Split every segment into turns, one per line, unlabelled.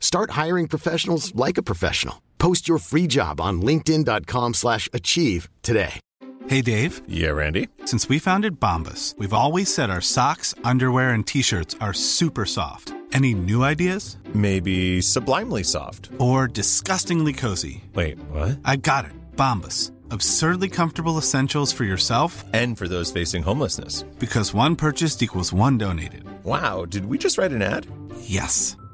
Start hiring professionals like a professional. Post your free job on linkedin.com/achieve slash achieve today.
Hey Dave,
Yeah, Randy.
since we founded Bombus, we've always said our socks, underwear, and t shirts are super soft. Any new ideas?
Maybe sublimely soft.
Or disgustingly cozy?
Wait, what?
I got it, Bombus. Absurdly comfortable essentials for yourself
And for those facing homelessness.
because one purchased equals one donated.
Wow, did we just write an ad?
Yes.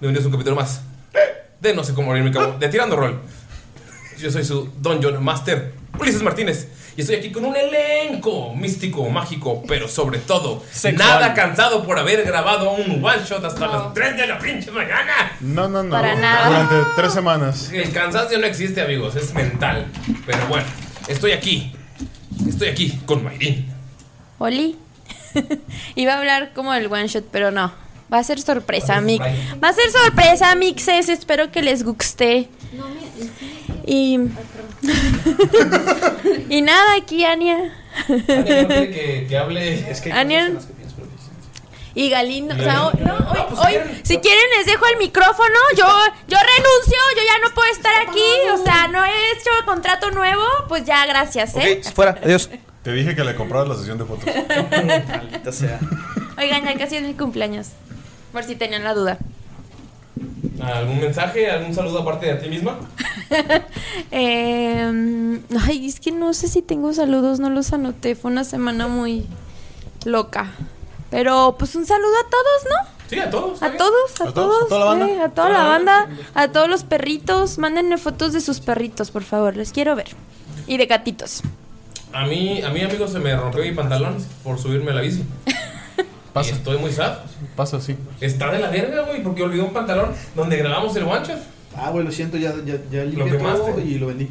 Bienvenidos a un capítulo más de No sé cómo morirme como de Tirando Roll. Yo soy su Dungeon Master, Ulises Martínez, y estoy aquí con un elenco místico, mágico, pero sobre todo, nada cansado por haber grabado un one shot hasta las 3 de la pinche mañana.
No, no, no.
Para nada.
Durante tres semanas.
El cansancio no existe, amigos, es mental. Pero bueno, estoy aquí, estoy aquí con Mayrin.
Oli. Iba a hablar como del one shot, pero no. Va a ser sorpresa,
Va a ser
Mix.
surprise.
Va a ser sorpresa, Mixes. Espero que les guste. Y. y nada, aquí Ania.
que, que hable. Es que
Ania. Y Galindo. O sea, hoy- no, hoy,
pues,
hoy,
quieren-
si quieren, les dejo el micrófono. Yo, yo renuncio. Yo ya no puedo estar aquí. O sea, no he hecho contrato nuevo. Pues ya, gracias, ¿eh?
fuera, adiós.
Te dije que le compraras la sesión de fotos.
Maldita sea.
Oigan, ya casi es mi cumpleaños. Por si tenían la duda.
¿Algún mensaje, algún saludo aparte de ti misma?
Eh, ay, es que no sé si tengo saludos, no los anoté. Fue una semana muy loca. Pero pues un saludo a todos,
Sí, a todos.
¿no? A todos, a,
A todos,
todos.
a toda la banda.
eh, a toda la banda, a todos los perritos. Mándenme fotos de sus perritos, por favor. Les quiero ver. Y de gatitos.
A mí, a mí, amigo, se me rompió mi pantalón por subirme a la bici. Y
Pasa,
estoy muy sad.
pasa, sí.
Está de la verga, güey, porque olvidé un pantalón donde grabamos el one shot.
Ah, güey, lo siento, ya, ya, ya limpié
quemaste.
todo y lo vendí.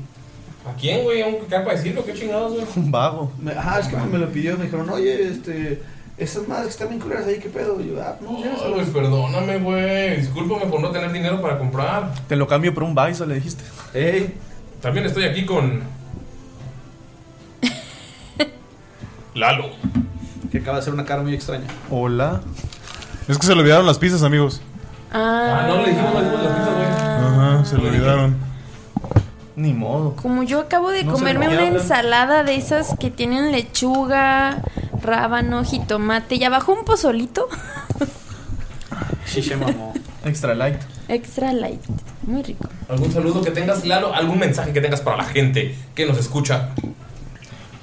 ¿A quién, güey? Aunque capa decirlo, qué chingados, güey.
Un vago.
Me- ajá, es que me lo pidió, me dijeron, oye, este, esas madres que están bien culeras ahí, ¿qué pedo? Y yo, ah, no, ya,
Ay, güey, perdóname, güey. Discúlpame por no tener dinero para comprar.
Te lo cambio por un Baiso, le dijiste. Ey,
También estoy aquí con. Lalo.
que acaba de hacer una cara muy extraña.
Hola. Es que se le olvidaron las pizzas, amigos.
Ah,
Ah, no le dijimos, no le dijimos las pizzas, güey.
Ah.
Ajá, se le olvidaron.
Ni modo.
Como yo acabo de comerme una ensalada de esas que tienen lechuga, rábano, jitomate y abajo un pozolito.
Sí, se mamó.
Extra light.
Extra light. Muy rico.
¿Algún saludo que tengas, Lalo? ¿Algún mensaje que tengas para la gente que nos escucha?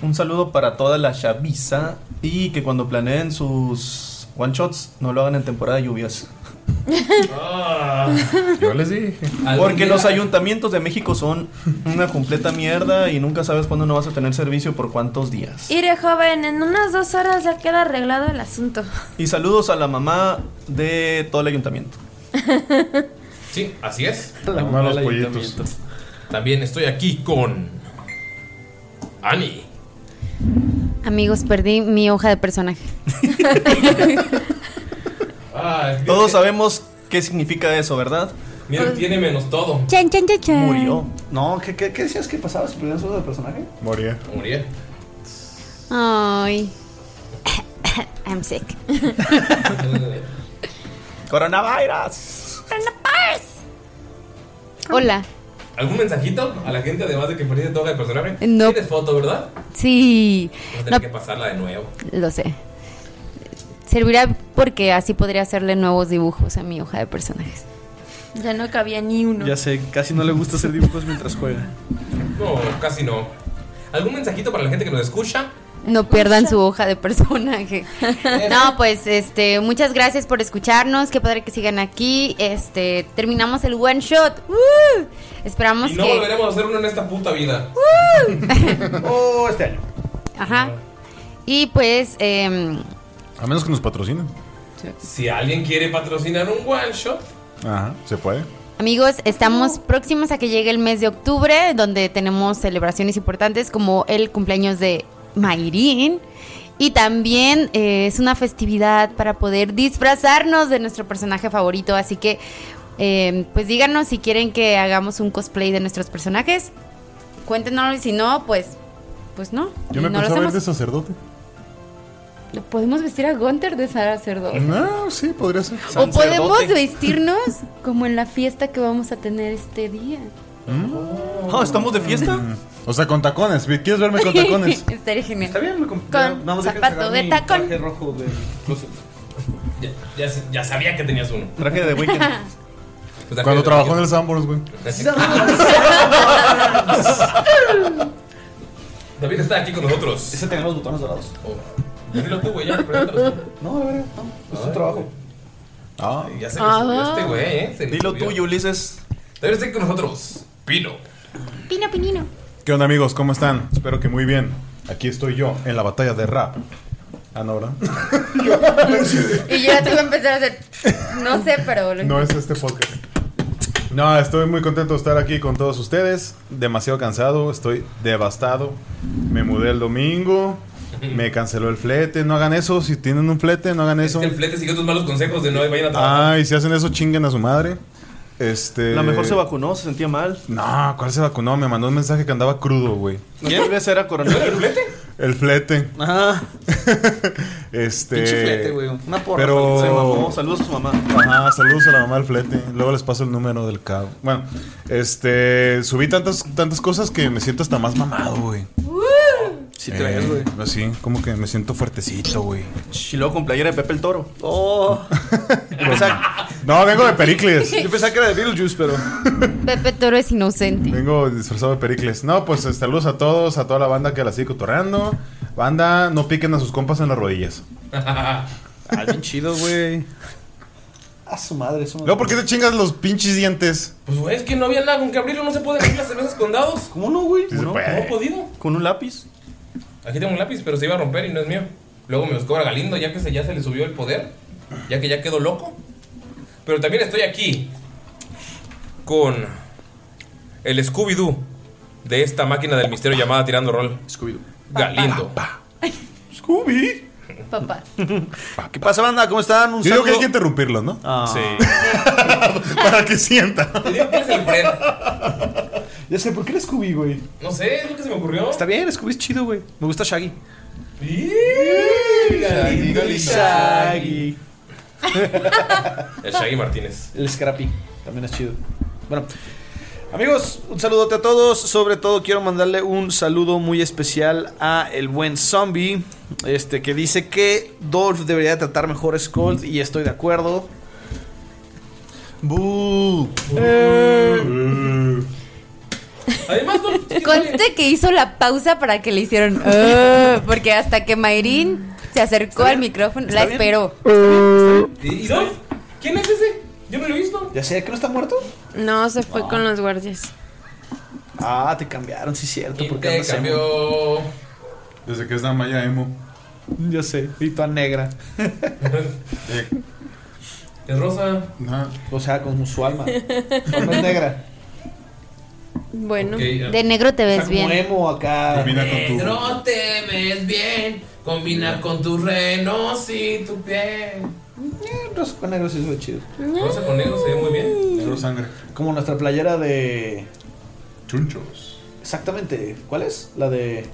Un saludo para toda la chaviza y que cuando planeen sus one shots no lo hagan en temporada de lluvias.
Ah.
Yo les dije.
Porque los
ayudan
ayuntamientos de México son una completa mierda y nunca sabes cuándo no vas a tener servicio por cuántos días.
Mire, joven, en unas dos horas ya queda arreglado el asunto.
Y saludos a la mamá de todo el ayuntamiento.
Sí, así es.
Mamá de los pollitos.
También estoy aquí con. Annie.
Amigos, perdí mi hoja de personaje.
Ah,
Todos sabemos qué significa eso, ¿verdad?
Miren, tiene menos todo.
Chan, chan, chan, chan.
Murió. No, ¿qué, qué, qué decías que pasaba si perdías uso de personaje?
Moría.
Moría.
Ay. I'm sick.
Coronavirus.
Hola.
¿Algún mensajito a la gente además de que perdiste toda de personaje?
Eh, No.
Tienes foto, ¿verdad?
Sí.
Vas a tener
No,
que pasarla de nuevo.
lo sé. Servirá porque así podría hacerle nuevos dibujos a mi hoja de personajes.
Ya no cabía ni uno.
Ya sé, casi no le gusta hacer dibujos mientras juega.
No, casi no. ¿Algún mensajito para la gente que nos escucha?
No pierdan su hoja de personaje. No, pues este, muchas gracias por escucharnos. Qué padre que sigan aquí. Este, terminamos el one shot. ¡Woo! Esperamos
Y no
que
volveremos a hacer uno en esta puta vida.
oh, este año.
Ajá. Y pues em,
A menos que nos patrocinen.
Si alguien quiere patrocinar un one shot,
Ajá, se puede.
Amigos, estamos próximos a que llegue el mes de octubre, donde tenemos celebraciones importantes como el cumpleaños de Mayrin. Y también eh, es una festividad para poder disfrazarnos de nuestro personaje favorito. Así que, eh, pues díganos si quieren que hagamos un cosplay de nuestros personajes. Cuéntenos, y si no, pues, pues no.
Yo
Y
me
no lo
pensaba ir
hacemos.
de sacerdote.
Podemos vestir a Gunther de sacerdote.
No, sí, podría ser.
O podemos vestirnos como en la fiesta que vamos a tener este día.
Ah, ¿estamos de fiesta?
Mm. O sea, con tacones. ¿Quieres verme con tacones?
Estaría genial. Está
bien,
Con zapato de tacón.
rojo de
ya, ya se- ya sabía que tenías uno.
Traje de Weekend.
Pues,
Cuando
de-
trabajó en el Sambors, güey.
David está aquí con nosotros.
Ese tenía los botones dorados.
Ya dilo tú, güey, Pues ya, preséntalos.
No, de verdad, no. Es un trabajo.
Ah,
Ya se le subió
Ah.
este güey, ¿eh? Se le
Dilo
subió.
tú, Ulises.
David está aquí con nosotros. Pino.
Pino, pinino.
¿Qué onda, amigos? ¿Cómo están? Espero que muy bien. Aquí estoy yo en la batalla de rap. Ah, no, ¿verdad?
Y yo ya te voy a empezar a hacer. No sé, pero.
No es este podcast. No, estoy muy contento de estar aquí con todos ustedes. Demasiado cansado, estoy devastado. Me mudé el domingo, me canceló el flete. No hagan eso, si tienen un flete, no hagan eso.
El flete siguió tus malos consejos de no vayan a trabajar.
Ah, y si hacen eso, chinguen a su madre. Este.
La mejor se vacunó, se sentía mal.
No, ¿cuál se vacunó? Me mandó un mensaje que andaba crudo, güey.
¿Quién vez era coronavirus?
El flete.
Ah,
Este.
pinche flete, güey. Una porra.
Pero-
Se mamó. Saludos a su mamá.
Ajá, saludos a la mamá del flete. Luego les paso el número del cabo. Bueno, este. Subí tantas, tantas cosas que me siento hasta más mamado, güey.
Si
Eh,
te ves, Uh. güey.
Así, como que me siento fuertecito, güey.
Y luego con playera de Pepe el Toro. Oh. yo, pensaba,
No, vengo de Pericles.
yo pensaba que era de Beetlejuice, pero.
Pepe Toro es inocente.
Vengo disfrazado de Pericles. No, pues eh, saludos a todos, a toda la banda que la sigue cotorreando. Banda, no piquen a sus compas en las rodillas.
Ah, bien chido, güey. A su madre, su madre.
Luego, ¿por qué te chingas los pinches dientes?
Pues, güey, es que no había nada con que abrirlo, no se pueden abrir las cervezas con dados.
¿Cómo no, güey?
Sí se
¿Cómo no?
No he
puede.
podido.
¿Con un lápiz?
Aquí tengo un lápiz, pero se iba a romper y no es mío. Luego me los cobra Galindo, ya que se, ya se le subió el poder. Ya que ya quedó loco. Pero también estoy aquí con el Scooby-Doo de esta máquina del misterio llamada Tirando Rol.
Scooby-Doo.
Galindo.
Scooby.
Papá.
¿Qué pasa, banda? ¿Cómo están? Un
Yo digo que hay
saludo.
que interrumpirlo, ¿no?
Ah.
Sí.
Para que sienta.
Te digo que eres el Fred.
Ya sé, ¿por qué era Scooby, güey?
No sé, es lo que se me ocurrió.
Está bien, Scooby es chido, güey. Me gusta Shaggy.
Sí, Galindo, El Shaggy Martínez.
El Scrappy también es chido. Bueno, amigos, un saludote a todos. Sobre todo quiero mandarle un saludo muy especial a el buen zombie, este que dice que Dolph debería tratar mejor a Skull y estoy de acuerdo.
Bú.
Eh.
Además, no,
Conste que hizo la pausa para que le hicieron. "Ah", porque hasta que Mayrin se acercó al micrófono, la
¿Está bien?
esperó.
Oh,
¿Y Dolph? ¿Quién es ese? Yo no lo he visto.
Ya sé que no está muerto.
No, se fue con los guardias.
Ah, te cambiaron, sí es cierto,
Y
porque
te
andas emo.
cambió.
Desde que es la Maya Emo.
Yo sé, y tú a negra.
Es rosa.
Eh. Ajá.
O sea, como su alma. Su alma es negra.
Bueno.
Ok, ah.
De negro te ves bien.
emo acá.
Negro te ves bien. Combina con tus renos y tu piel.
Rosa con negro sí se ve chido.
Rosa con negro se ve muy bien.
Negro
sangre.
Como nuestra playera de.
Chunchos.
Exactamente. ¿Cuál es? La de.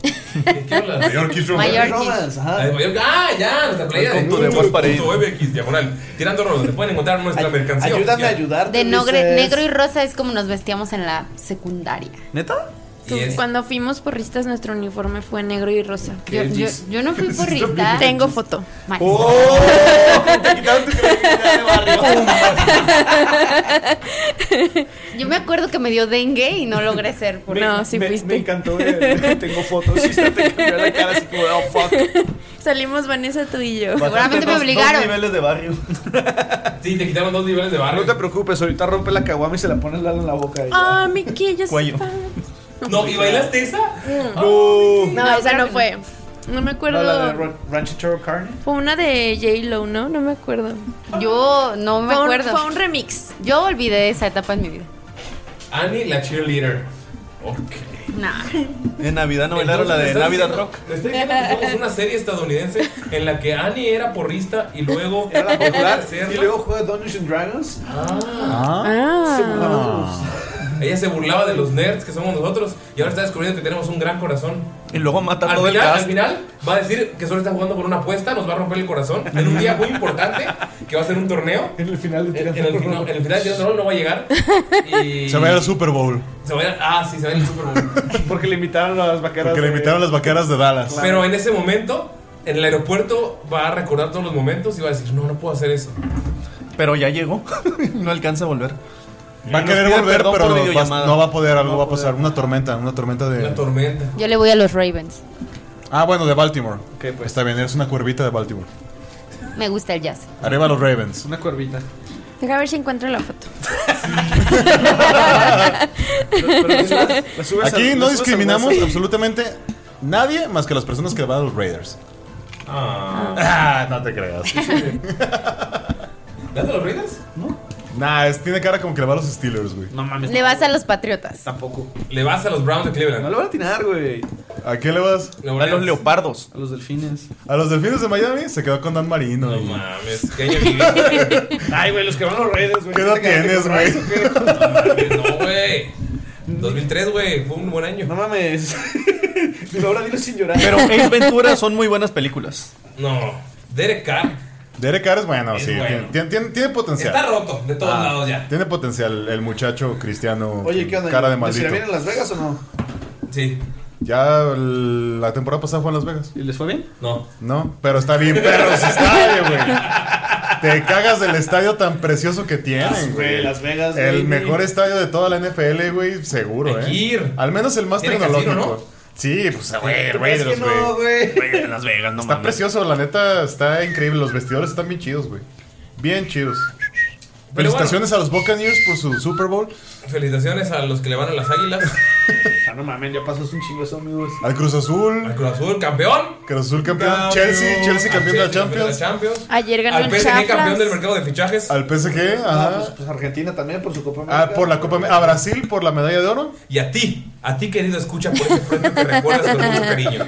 Mallorquis Romance. Mallorquis.
Romance, ajá.
La de Mallorca- Ah, ya, nuestra playa de punto.mx, diagonal. Tirando rol, donde pueden encontrar nuestra mercancía.
ayúdame
oficial.
a ayudarte,
De nogre- negro y rosa es como nos vestíamos en la secundaria.
¿Neta?
Tú, Cuando fuimos porristas, nuestro uniforme fue negro y rosa.
¿Qué Yo- yo- dices? yo no fui porrista.
Tengo foto.
Yo me acuerdo que me dio dengue y no logré ser por
No, sí
me,
fuiste.
Me encantó. eh, Tengo fotos. Sí, se te cambió la cara así como, oh, fuck.
Salimos Vanessa, tú y yo.
Seguramente me obligaron.
niveles de barrio.
Sí, te quitaron dos niveles de barrio.
No te preocupes, ahorita rompe la caguama y se la pone al lado en la boca. y ya.
Ah, Miki, yo
Cuello.
No, ¿y bailaste esa?
No.
Mm. No, esa no fue. No me acuerdo.
No, la de Ro- Ranchero Carne.
Fue una de J-Lo, ¿no? No me acuerdo.
Yo no me
Fue un-
acuerdo.
fue un remix.
Yo olvidé esa etapa en mi vida.
Annie, la cheerleader. Ok.
En Navidad no bailaron la de
Entonces, me
Navidad
estás
Rock.
diciendo- Me estoy diciendo que somos una serie estadounidense en la que Annie era porrista y luego era Ah,
popular, y luego juega Dungeons and Dragons.
Ah.
Ah. Se burlaban de los-
Ella se burlaba de los nerds que somos nosotros y ahora está descubriendo que tenemos un gran corazón.
Y luego mata
Al
todo el
final, al
cast.
final va a decir que solo está jugando por una apuesta, nos va a romper el corazón en un día muy importante que va a ser un torneo. En el final de en, el, final- en el final de Tirando Rol no va a llegar.
Se va a ir al Super Bowl.
Se va a ir- ah, sí, se va a ir al Super Bowl.
Porque le invitaron a las vaqueras.
Porque le
de-
invitaron las vaqueras de Dallas.
Pero en ese momento, en el aeropuerto va a recordar todos los momentos y va a decir, no, no puedo hacer eso.
Pero ya llegó. no alcanza a volver.
Va a
Nos
querer
pide
volver,
perdón
pero
por
va-
videollamada.
no va a poder, algo va a pasar. Una tormenta, una tormenta de.
Una tormenta.
Yo le voy a los Ravens.
Ah, bueno, de Baltimore. Está bien, eres una cuervita de Baltimore.
Me gusta el jazz.
Arriba los Ravens.
Una cuervita.
Deja ver si encuentro la foto.
La subes al-
Aquí
la
no
subes al
discriminamos
WhatsApp.
absolutamente nadie más que las personas que van a los Raiders. Ah, no te creas.
¿Le das a los Raiders?
Nah, es- tiene cara como que le va a los Steelers, güey.
No mames.
Le vas a los Patriotas.
Tampoco.
Le vas a los Browns de Cleveland.
No lo van a atinar, güey.
¿A qué le vas?
A los
leopardos.
A los delfines.
A los Delfines de Miami se quedó con Dan Marino. y-
Mames, qué año vivido.
Ay, güey, los que van a los Raiders, güey.
¿Qué edad
Te quedaste
tienes,
con
güey?
Rice, ¿o qué?
No, güey. 2003, güey. Fue un buen año.
No mames. Digo, Ahora dilo sin llorar.
Pero Ace Ventura son muy buenas películas.
No. Derek Carr
Derek Carr es bueno,
Es
sí.
bueno.
tiene- Tiene, tiene- tiene potencial.
está roto de todos
Ah,
lados ya.
Tiene potencial el muchacho cristiano.
Oye, ¿qué onda?
Cara de
¿Les
maldito.
irá bien en Las Vegas o no?
Sí.
Ya el- la temporada pasada fue en Las Vegas.
¿Y les fue bien?
No.
No, pero está bien perro ese estadio, güey. Te cagas del estadio tan precioso que tienen, güey.
Las Vegas.
El
baby.
mejor estadio de toda la NFL, güey, seguro,
Hay
¿eh?
que ir.
Al menos el más
Tiene
tecnológico.
casino, ¿no?
Sí, pues, güey,
Pero es
Raiders,
que
güey.
no, güey.
En Las Vegas, no
Está
mames.
precioso, la neta, está increíble. Los vestidores están bien chidos, güey. Bien chidos.
Pero
Felicitaciones a los Buccaneers por su Super Bowl.
Felicitaciones a los que le van a las Águilas.
Ah, no mames, ya pasas un chingo eso, amigos.
Al Cruz Azul.
Al Cruz Azul, campeón.
Cruz Azul campeón.
Campeón.
Chelsea, Chelsea
A
campeón de la
campeón
Champions.
Champions.
Ayer ganó
Al
el
PSG campeón
Chaflas.
del mercado de fichajes.
Al PSG,
Ah,
ajá.
pues, pues Argentina también por su Copa América.
Ah, por la Copa Amé- A Brasil por la medalla de oro.
Y a ti, a ti querido escucha por ese premio que recuerdas con mucho cariño.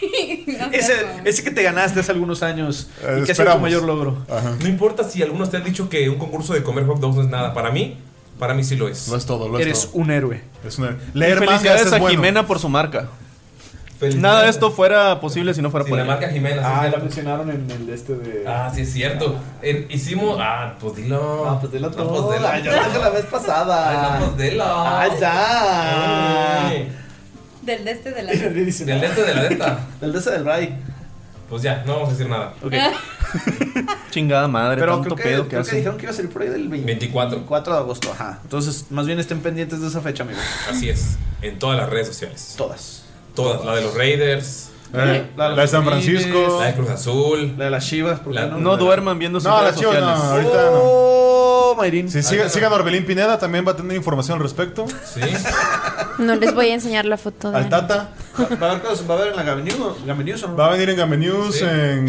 Ese, ese que te ganaste hace algunos años. y
Eh,
que ha sido tu
esperamos.
mayor logro.
No importa si algunos te han dicho que un concurso de comer hot dogs no es nada. Para mí, para mí sí lo es.
Lo es todo, lo es
Eres
todo.
un héroe.
Es una-
Y
Leer mangas
Felicidades
es
a
bueno.
Jimena por su marca.
Felicidades.
Nada de esto fuera posible si no fuera
Sin
por
la
ella.
marca Jimena.
Ah,
sí,
la
sí.
mencionaron en el de este de.
Ah, sí, es cierto. En- hicimos. Ah, pues dilo.
Ah, pues de la
No, pues dilo.
Ay, ya lo dije la vez pasada.
Ay, no, pues dilo.
Ah, ya.
Ay.
Del este de la.
Y dice,
Del este de la delta.
Del de ese del Ray.
Pues ya, no vamos a decir nada.
Ok.
Chingada madre,
Pero
tanto
creo que,
pedo que,
creo que
hace.
dijeron que iba a salir por ahí del 20
24.
24 de agosto. Ajá. Entonces, más bien estén pendientes de esa fecha, amigos.
Así es. En todas las redes sociales.
Todas.
Todas. La de los Raiders,
Eh, la, de San Francisco.
la de Cruz Azul.
La de las Chivas, ¿por qué
La-
No duerman viendo sus
No,
redes
las chivas no,
sociales.
ahorita no.
Oh, Mayrin.
Si siga- sigan a Orbelín Pineda, también va a tener información al respecto.
Sí.
No les voy a enseñar la foto de
Al Tata.
Va a haber cosas, va a haber en la Gavenius, Gavenius o no?
Va a venir en Game News,
Sí.
en,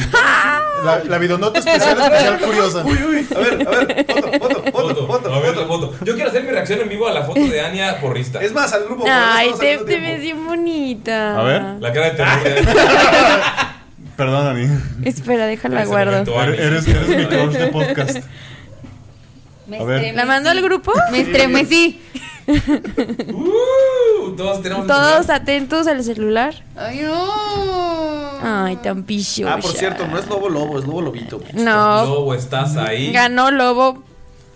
La, la vidonota especial, especial curiosa.
A ver la foto. Yo quiero hacer mi reacción en vivo a la foto de Ania porrista. Es
más, al grupo.
Ay, te, Ah. te ves bien bonita.
A ver.
La cara de terror.
Perdón, Ani.
Espera, déjala
Ay, se
guardo.
aventó, Ani. Eres- eres mi coach de podcast. A ver.
¿La mando al grupo?
Me estremecí.
todos Uh, tenemos
Todos atentos al celular.
Ay, no.
Ay, tan picho.
Ah, por cierto, no es lobo lobo, es lobo lobito.
No.
Lobo, estás ahí.
Ganó Lobo.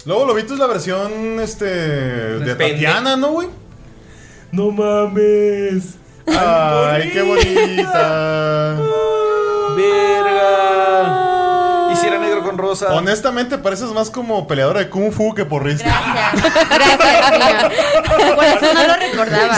Luego Lobito es la versión este de
Pende.
Tatiana, ¿no, güey?
No mames.
Ay, qué bonita.
Oh.
Verga. Hiciera negro con rosa.
Honestamente, pareces más como peleadora de kung fu que porrista.
Por eso no lo recordaba.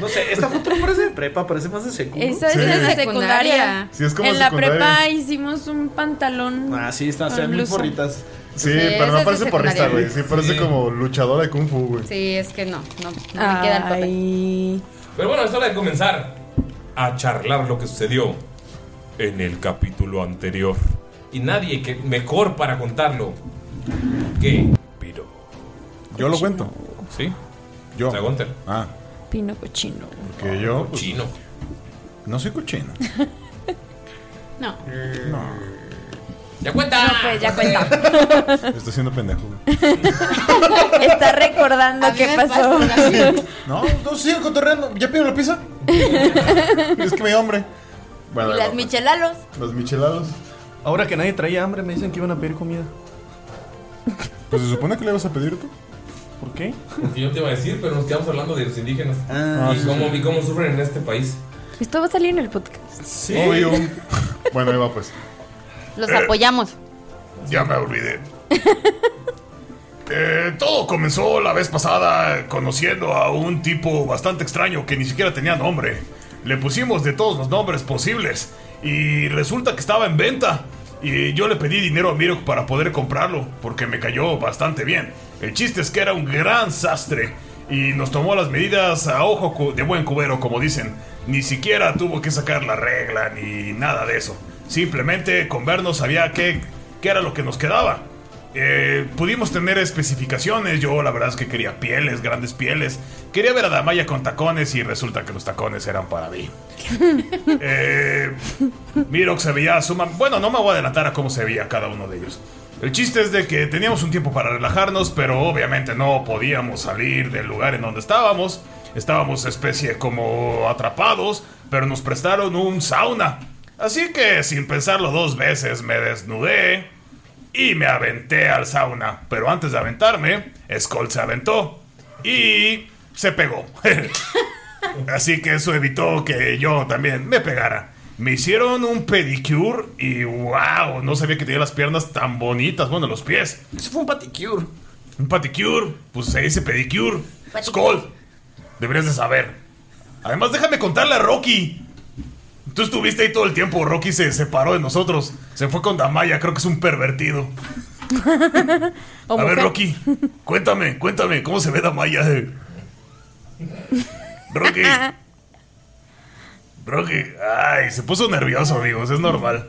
No sé, esta foto no parece de prepa, parece más de secu. ¿no?
Esa es
Sí.
de secundaria.
Sí, es como
en la
secundaria.
prepa hicimos un pantalón.
Ah, sí, están
Con
muy
blusa.
porritas.
Sí,
Sí, pero
esa es
no
de
parece porrista,
secundaria.
güey. Sí, parece como luchadora de kung fu, güey.
Sí, es que no, no, no me queda el papel.
Pero bueno, es hora de comenzar a charlar lo que sucedió en el capítulo anterior. Y nadie que mejor para contarlo que Piro.
Yo lo cuento.
¿Sí?
Yo.
O sea, Gunter.
Ah,
Pino cochino.
porque yo. pues,
Cochino.
no soy cochino.
No.
No.
¡Ya cuenta!
No, pues ya cuenta.
Estoy siendo pendejo, güey.
Está recordando qué pasó.
No, no, sigue cotorreando. ¿Ya pido la pizza? es que mi hombre. Bueno, ahí va.
michelalos.
los michelados.
Ahora que nadie traía hambre, me dicen que iban a pedir comida.
Pues se supone que le ibas a pedir tú.
¿Por qué?
Yo te iba a decir, pero nos quedamos hablando de los indígenas.
Ah,
y,
sí,
cómo,
sí.
y cómo sufren en este país.
Esto va a salir en el podcast.
Sí.
Obvio. bueno, ahí va pues.
Los apoyamos.
Ya me olvidé. Eh, todo comenzó la vez pasada conociendo a un tipo bastante extraño que ni siquiera tenía nombre. Le pusimos de todos los nombres posibles y resulta que estaba en venta. Y yo le pedí dinero a Mirok para poder comprarlo porque me cayó bastante bien. El chiste es que era un gran sastre y nos tomó las medidas a ojo cu- de buen cubero, como dicen. Ni siquiera tuvo que sacar la regla ni nada de eso. Simplemente con vernos sabía qué, qué era lo que nos quedaba. Eh, pudimos tener especificaciones. Yo, la verdad es que quería pieles, grandes pieles. Quería ver a Damaya con tacones y resulta que los tacones eran para mí. Eh, Mirok se veía suma. Bueno, no me voy a adelantar a cómo se veía cada uno de ellos. El chiste es de que teníamos un tiempo para relajarnos, pero obviamente no podíamos salir del lugar en donde estábamos. Estábamos especie como atrapados, pero nos prestaron un sauna. Así que sin pensarlo dos veces me desnudé y me aventé al sauna. Pero antes de aventarme, Skull se aventó y se pegó. Así que eso evitó que yo también me pegara. Me hicieron un pedicure y wow, no sabía que tenía las piernas tan bonitas, bueno, los pies.
Eso fue un paticure.
Un paticure, pues se dice pedicure.
Paticure.
Skull, deberías de saber. Además, déjame contarle a Rocky. Tú estuviste ahí todo el tiempo, Rocky se separó de nosotros. Se fue con Damaya, creo que es un pervertido.
O
a ver,
mujer.
Rocky, cuéntame, cuéntame, ¿cómo se ve Damaya? Rocky. Rocky, ay, se puso nervioso, amigos, es normal.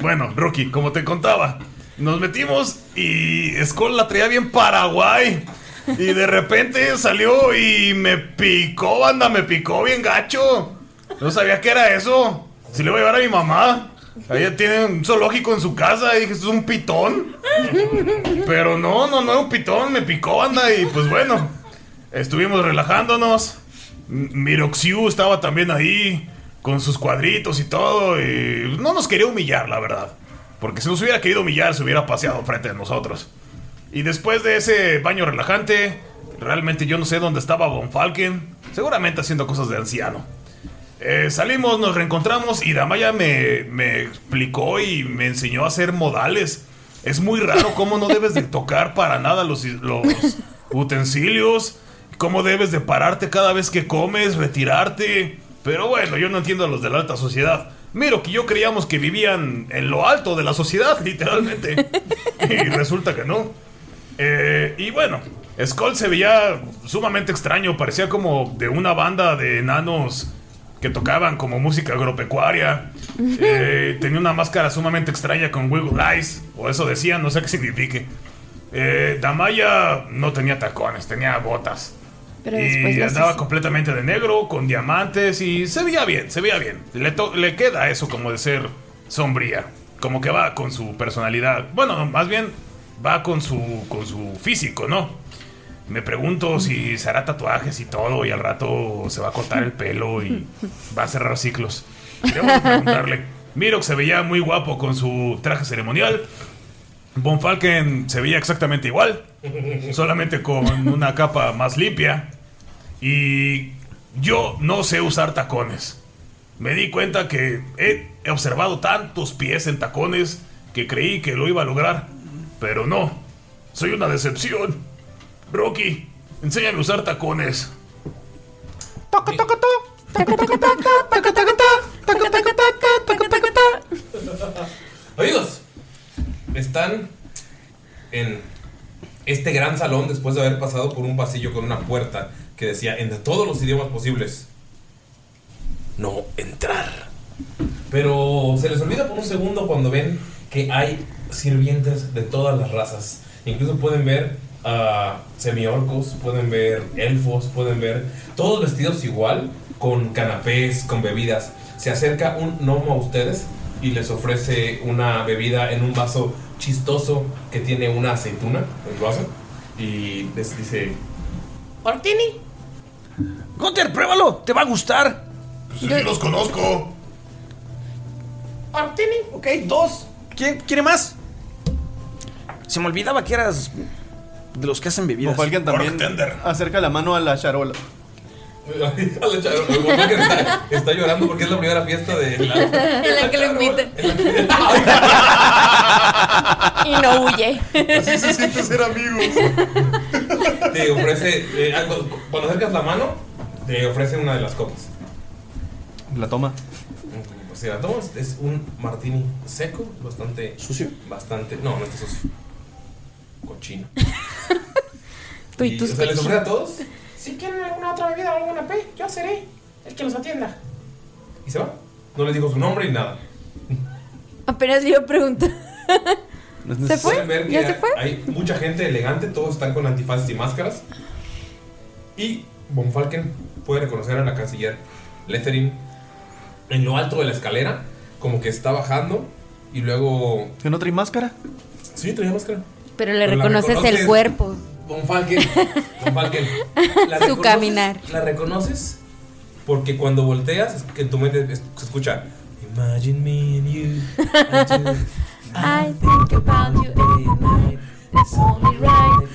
Bueno, Rocky, como te contaba, nos metimos y Skull la traía bien Paraguay. Y de repente salió y me picó, banda, me picó bien gacho. No sabía qué era eso. Si le voy a llevar a mi mamá. Ella tiene un zoológico en su casa y dije, ¿esto es un pitón? Pero no, no, no, un pitón, me picó, banda, y pues bueno, estuvimos relajándonos. M- Miroxiu estaba también ahí, con sus cuadritos y todo, y no nos quería humillar, la verdad. Porque si nos hubiera querido humillar, se hubiera paseado frente a nosotros. Y después de ese baño relajante, realmente yo no sé dónde estaba Von Falken, seguramente haciendo cosas de anciano. Eh, salimos, nos reencontramos y Damaya me, me explicó y me enseñó a hacer modales. Es muy raro cómo no debes de tocar para nada los, los utensilios, cómo debes de pararte cada vez que comes, retirarte. Pero bueno, yo no entiendo a los de la alta sociedad. Miro que yo creíamos que vivían en lo alto de la sociedad, literalmente. y resulta que no. Eh, y bueno, Skull se veía sumamente extraño, parecía como de una banda de enanos que tocaban como música agropecuaria. Eh, tenía una máscara sumamente extraña con wiggle eyes, o eso decían, no sé qué signifique. Eh, Damaya no tenía tacones, tenía botas.
Pero después
y
las
andaba
hizo.
completamente de negro, con diamantes y se veía bien, se veía bien. Le, to- le queda eso como de ser sombría, como que va con su personalidad. Bueno, no, más bien va con su, con su físico, ¿no? Me pregunto si se hará tatuajes y todo y al rato se va a cortar el pelo y va a cerrar ciclos. Queremos preguntarle. Mirok se veía muy guapo con su traje ceremonial. Von Falken se veía exactamente igual, solamente con una capa más limpia. Y yo no sé usar tacones. Me di cuenta que he observado tantos pies en tacones que creí que lo iba a lograr, pero no. Soy una decepción. Rocky, enséñame a usar tacones.
Amigos, están en este gran salón después de haber pasado por un pasillo con una puerta que decía en todos los idiomas posibles no entrar. Pero se les olvida por un segundo cuando ven que hay sirvientes de todas las razas. Incluso pueden ver a semiorcos, pueden ver elfos, pueden ver todos vestidos igual, con canapés, con bebidas. Se acerca un gnomo a ustedes y les ofrece una bebida en un vaso chistoso que tiene una aceituna, el vaso, y les dice,
Martini.
Gunter, pruébalo, te va a gustar.
Pues sí, los conozco.
Martini. Ok, dos. ¿Quién quiere más? Se me olvidaba que eras de los que hacen bebidas.
O alguien también acerca la mano a la charola.
a la charola, Von Falken está, está llorando porque es la primera fiesta de la...
En la que lo inviten. y no huye.
Así se siente ser amigos. Te ofrece. eh, algo- cuando acercas la mano, te ofrece una de las copas.
La toma.
Si la tomas, es un martini seco, bastante. ¿Sucio? Bastante. No, no está sucio. Cochino.
Tú y
Y,
tus
o sea, ¿les ofrece a todos?
Si quieren alguna otra bebida o alguna P, yo seré el que los atienda.
Y se va. No les dijo su nombre ni nada.
Apenas le iba a preguntar.
Pueden
¿Se fue?
ver que
¿Ya se
hay-
fue?
Hay mucha gente elegante, todos están con antifaces y máscaras. Y Von Falken puede reconocer a la canciller Letherin en lo alto de la escalera, como que está bajando y luego.
¿Que no trae máscara?
Sí, traía máscara.
Pero le
Pero la
reconoces
reconoces.
el cuerpo,
Von Falken, Von Falken, ¿la
su
reconoces?
caminar.
¿La reconoces? Porque cuando volteas, es que en tu mente es- se escucha. Imagine me and you.
I think about you every night. It's only right.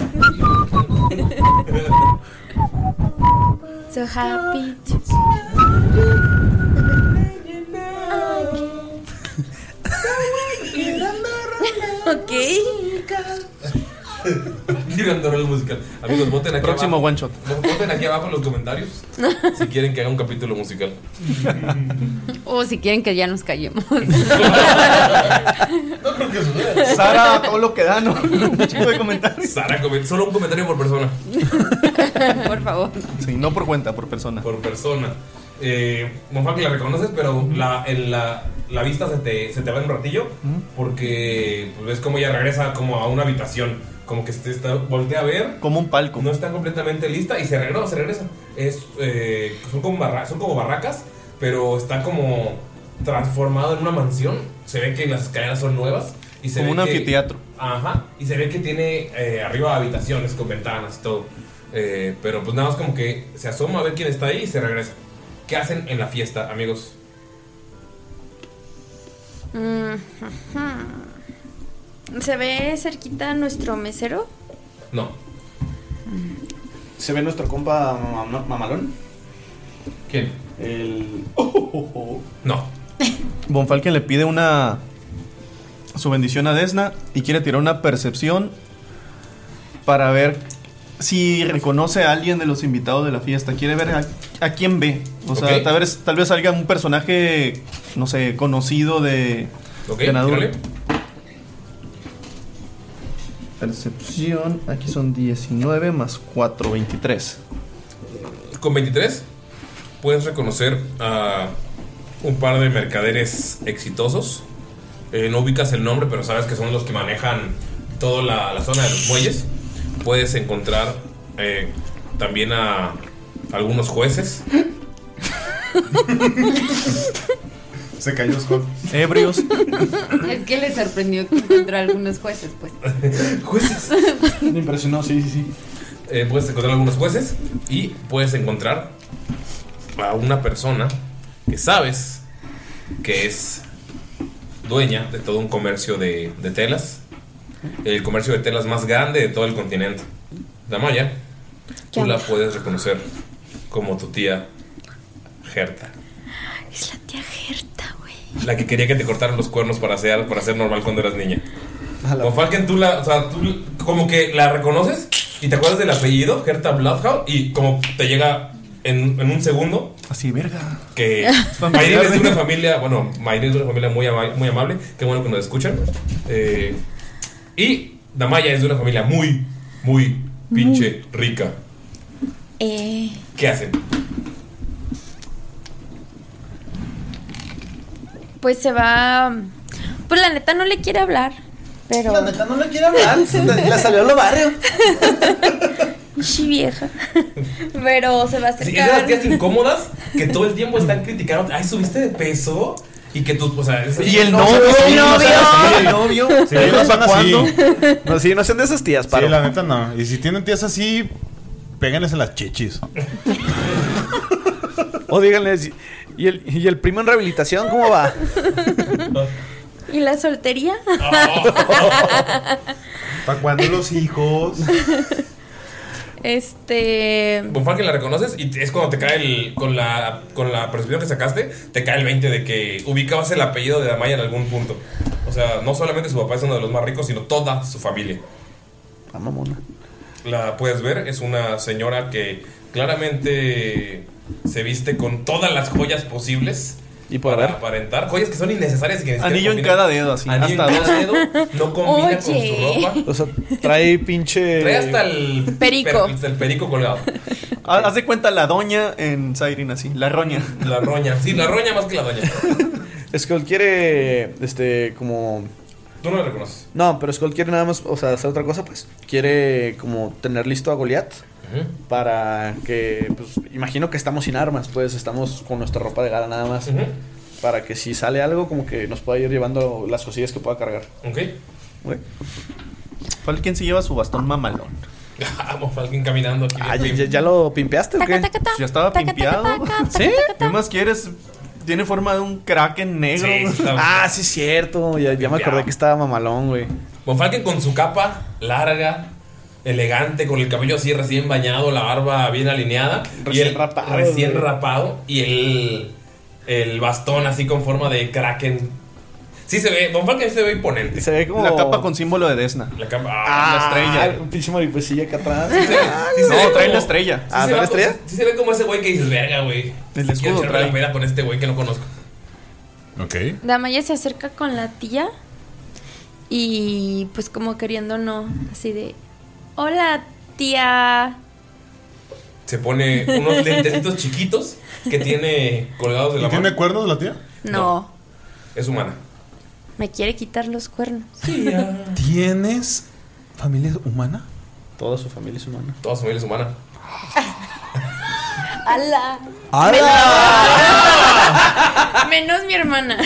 So happy.
ok.
Girando el musical. Amigos, voten aquí
Próximo
abajo.
one shot.
Voten aquí abajo en los comentarios si quieren que haga un capítulo musical.
O si quieren que ya nos callemos.
Sara, todo lo que da, ¿no? Un chico de comentarios.
Sara, comen- solo un comentario por persona.
Por favor.
Sí, no por cuenta, por persona.
Por persona. Eh, Monfalque la reconoces, pero la, en la, la vista se te, se te va en un ratillo porque pues, ves como ella regresa como a una habitación. Como que se está, voltea a ver.
Como un palco.
No está completamente lista y se regresa, se regresa. Es, eh, son, como barra- son como barracas, pero está como transformado en una mansión. Se ve que las escaleras son nuevas. Y se
Como
ve
un
que-
anfiteatro.
Ajá, y se ve que tiene eh, arriba habitaciones con ventanas y todo. Eh, pero pues nada más como que se asoma a ver quién está ahí y se regresa. ¿Qué hacen en la fiesta, amigos?
Mm, ¿Se ve cerquita nuestro mesero?
No.
¿Se ve nuestro compa mam- mamalón?
¿Quién?
El.
No.
Bonfalken le pide una. Su bendición a Desna y quiere tirar una percepción para ver si reconoce a alguien de los invitados de la fiesta. Quiere ver a, a quién ve. O sea,
Ok.
tal, vez, tal vez salga un personaje, no sé, conocido de
Ok,
ganador.
tírale.
Percepción, aquí son 19 más 4, 23.
Con 23 puedes reconocer a un par de mercaderes exitosos. Eh, no ubicas el nombre, pero sabes que son los que manejan toda la, la zona de los muelles. Puedes encontrar eh, también a algunos jueces.
Se cayó Scott.
Ebrios.
Es que le sorprendió que encontró a algunos jueces, pues.
Me impresionó, sí, sí, sí.
Eh, puedes encontrar algunos jueces y puedes encontrar a una persona que sabes que es dueña de todo un comercio de, de telas. El comercio de telas más grande de todo el continente. Damaya,
¿Qué
tú la
onda?
puedes reconocer como tu tía Gerta.
Es la tía Gerta, güey.
La que quería que te cortaran los cuernos para ser, para ser normal cuando eras niña. Con Falken tú la, o sea, tú como que la reconoces y te acuerdas del apellido, Gerta Bloodhound, y como te llega en, en un segundo
Así, verga.
que Mayrin es de una familia, bueno, Mayrin es de una familia muy, ama- muy amable, qué bueno que nos escuchan. Eh, y Damaya es de una familia muy, muy pinche rica.
Eh,
¿Qué hacen?
pues se va. Pues la neta no le quiere hablar. Pero. La neta
no le quiere hablar. La salió al barrio.
Sí, vieja. Pero se va a
Sí, es de las
acercar.
tías incómodas que todo el tiempo están criticando. Ay, subiste de peso. Y que tú, o sea, es-
Y el
no,
novio.
sí,
Y el
no, o sea,
novio.
sí,
El novio.
Sí, no son así.
No, sí, no sean de esas tías,
Sí, la neta no. Y si tienen tías así, péganles en las chichis.
O Oh, díganles, ¿y el, ¿y el primo en rehabilitación cómo va?
¿Y la soltería?
¿Para cuándo los hijos?
Este.
Bonfalque la reconoces y es cuando te cae el. Con la, con la percepción que sacaste, te cae el 20 de que ubicabas el apellido de Damaya en algún punto. O sea, no solamente su papá es uno de los más ricos, sino toda su familia. La puedes ver, es una señora que claramente se viste con todas las joyas posibles.
Y por
para aparentar joyas que son innecesarias y que ni siquiera
Anillo en
combinan.
cada dedo, así.
Anillo
hasta
en cada
dos.
dedo no combina con su
Oye.
ropa.
O sea, trae pinche.
Trae hasta el
Perico.
per- hasta el perico colgado.
Ha- Ah, Haz de cuenta la doña en Sairin, así. La roña.
La roña. Sí, la roña más que la doña.
Skull quiere. Este, como.
Tú no la reconoces.
No, pero Skull quiere nada más, o sea, hacer otra cosa, pues. Quiere como tener listo a Goliath
Ujú.
para que, pues, imagino que estamos sin armas, pues, estamos con nuestra ropa de gala nada más. Para que si sale algo, como que nos pueda ir llevando las cosillas que pueda cargar.
Ok.
Falken se lleva su bastón mamalón.
Vamos, alguien Ah, caminando aquí.
Ah, ¿ya, ya- ya lo pimpeaste o qué?
Ya estaba pimpeado. ¿Sí? ¿Qué más quieres? Tiene forma de un kraken negro.
ah, sí, es cierto. Ya, ya me acordé que estaba mamalón, güey.
Bonfalken con su capa larga, elegante, con el cabello así recién bañado, la barba bien alineada. y el rapado. Recién
güey.
rapado. Y el, el bastón así con forma de kraken. Sí se ve, Bonfalken se ve imponente.
Se ve como-
La capa con símbolo de Desna.
La capa.
Ah, la estrella.
Un pinche mariposilla acá atrás.
Sí se ve- sí se
no,
ve
trae
como-
la estrella.
sí se
Ah, ¿trae
ve
la
como-
estrella?
Sí se ve como ese güey que dices, verga, güey.
El
Quiero
escudo
echarme la
trae.
peda con este güey que no conozco.
Ok.
Damaya se acerca con la tía y pues como queriendo no, así de, hola tía.
Se pone unos lentecitos chiquitos que tiene colgados de la mano.
¿Tiene cuernos la tía?
No,
Es humana.
me quiere quitar los cuernos.
¿Tienes familia humana?
Toda su familia es humana.
Toda su familia es humana.
¡Hala! Menos mi hermana.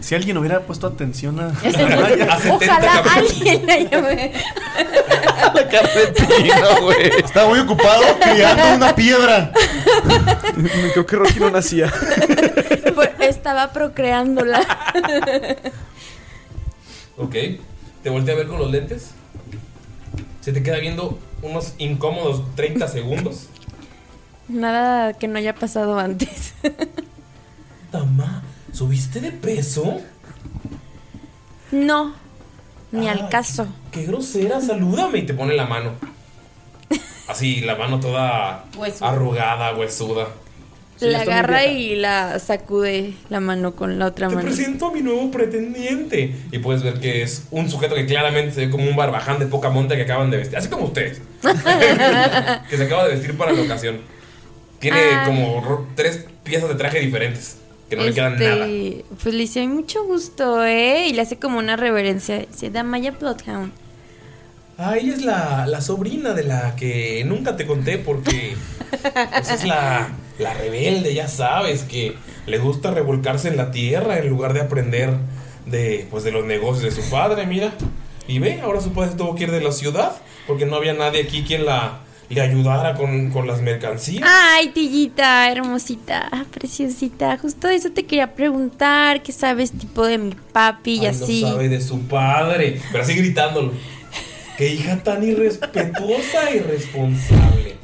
Si alguien hubiera puesto atención a.
Ojalá alguien la llame.
Estaba muy ocupado criando una piedra.
Creo que Rocky no nacía.
Por- Estaba procreándola.
Ok. Te volteé a ver con los lentes. Se te queda viendo unos incómodos 30 segundos.
Nada que no haya pasado antes.
Tama, ¿subiste de peso?
No, ni
Ay,
al caso.
¡Qué grosera! ¡Salúdame! Y te pone la mano. Así, la mano toda
Huesuda.
arrugada, huesuda.
la agarra y la sacude la mano con la otra
Te
mano.
presento a mi nuevo pretendiente. Y puedes ver que es un sujeto que claramente se ve como un barbaján de poca monta que acaban de vestir. Así como ustedes. que se acaba de vestir para la ocasión. Tiene
Ay.
como ro- tres piezas de traje diferentes que no le quedan nada.
Este, Pues le dice, "Ay, mucho gusto, ¿eh? Y le hace como una reverencia. Dice, Damaya Bloodhound.
Ah, ella es la, la sobrina de la que nunca te conté porque pues, es la, la rebelde, ya sabes, que le gusta revolcarse en la tierra en lugar de aprender de, pues, de los negocios de su padre, mira. Y ve, ahora su padre tuvo que ir de la ciudad porque no había nadie aquí quien la, le ayudara con, con las mercancías.
Ay, Tillita, hermosita, preciosita. Justo eso te quería preguntar. ¿Qué sabes tipo de mi papi y
Ay, no
así?
sabe de su padre, pero así gritándolo. Qué hija tan irrespetuosa e irresponsable.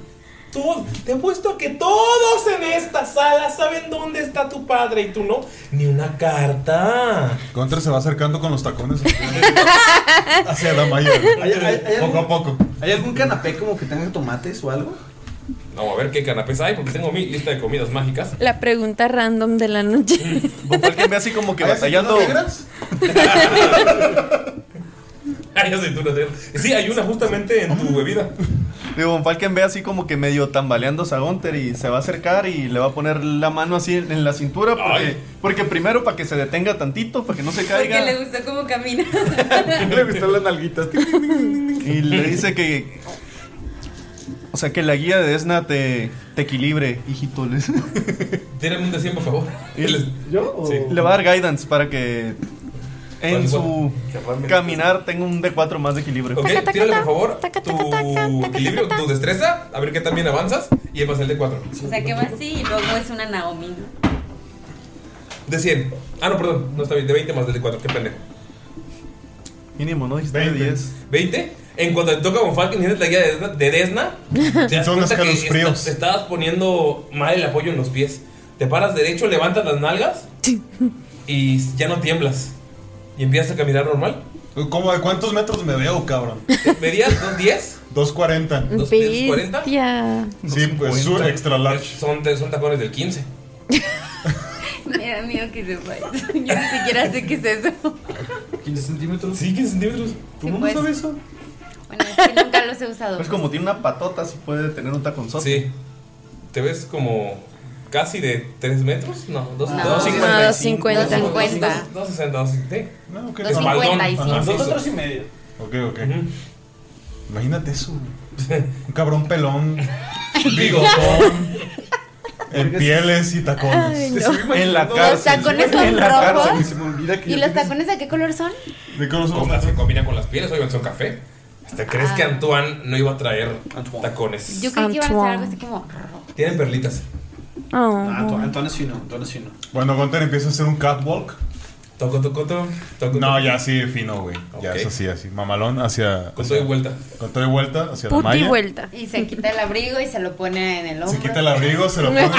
Todo- te he puesto que todos en esta sala saben dónde está tu padre y tú no. Ni una carta.
Contra se va acercando con los tacones hacia la malla. Poco a poco.
¿Hay algún canapé como que tenga tomates o algo?
No, a ver qué canapés hay, porque tengo mi lista de comidas mágicas.
La pregunta random de la noche.
Alguien ve así como que batallando. Hay aceitunas negras. Sí, hay una justamente en tu bebida.
Digo, Von Falken ve así como que medio tambaleándose a Gunther y se va a acercar y le va a poner la mano así en en la cintura. Porque, porque primero para que se detenga tantito, para que no se
Porque
caiga.
le gustó cómo camina.
le gustan las nalguitas. y le dice que. O sea, que la guía de Esna te, te equilibre, hijito. les-
Tírame un de 100, por favor.
Y le- Sí. Le va a dar guidance para que en
Vale,
su
vale.
caminar tenga un D4 más de equilibrio.
Ok, tírale por favor tu equilibrio, tu destreza, a ver qué también avanzas y el más el de 4.
O sea, que va así y luego es una Naomi. ¿no?
De 100. Ah, no, perdón. No está bien. De 20 más del de 4. Qué pendejo.
Mínimo, ¿no? Dijiste de 10.
¿20? En cuanto te toca Von Falken, tienes la guía de Desna. De Desna te das
Son
cuenta que
escalofríos.
esta- te estabas poniendo mal el apoyo en los pies. Te paras derecho, levantas las nalgas y ya no tiemblas. Y empiezas a caminar normal.
¿Cómo, ¿De cuántos metros me veo, cabrón?
¿Medías 2.10?
2.40.
¿40?
Ya.
Sí, pues su extra large.
Son, son tacones del 15.
Me da miedo que se vaya. Yo ni siquiera sé qué es eso.
15 centímetros. Sí, 15 centímetros.
Sí, pues.
eso?
Bueno, es que nunca los he usado.
Pues como tiene una
Tota
patota, sí puede tener un taconzote.
Sí. Te ves como casi de 3 metros. No, 2
No, no, dos cincuenta. Cincuenta.
260, 260.
No, ok.
De espaldón. Ajá, sí, sí.
medio. Ok, ok. Imagínate eso. güey. Un cabrón pelón. Bigotón. en pieles y tacones.
Ay, no.
En la
Los
cárcel.
tacones son
en la
rojos.
cárcel. Se me olvida que
¿Y
yo
los
tengo-
tacones de qué color son?
¿De qué color son?
Con las que combinan con las pieles, oigan, son café. ¿Hasta crees
Ah.
que Antoine no iba a traer tacones?
Yo creo que iban a ser algo así como.
Tienen perlitas.
Oh. Ah,
Antoine es fino, Antoine es fino.
Cuando Gunter empieza a hacer un catwalk.
Toco, toco, toco.
no, ya sí, fino, güey. Ya es así, así. Mamalón hacia. Con
todo y vuelta.
Con todo y vuelta hacia la
Puti
malla.
vuelta. Y se quita el abrigo y se lo pone en el hombro.
Se quita el abrigo, se lo pone.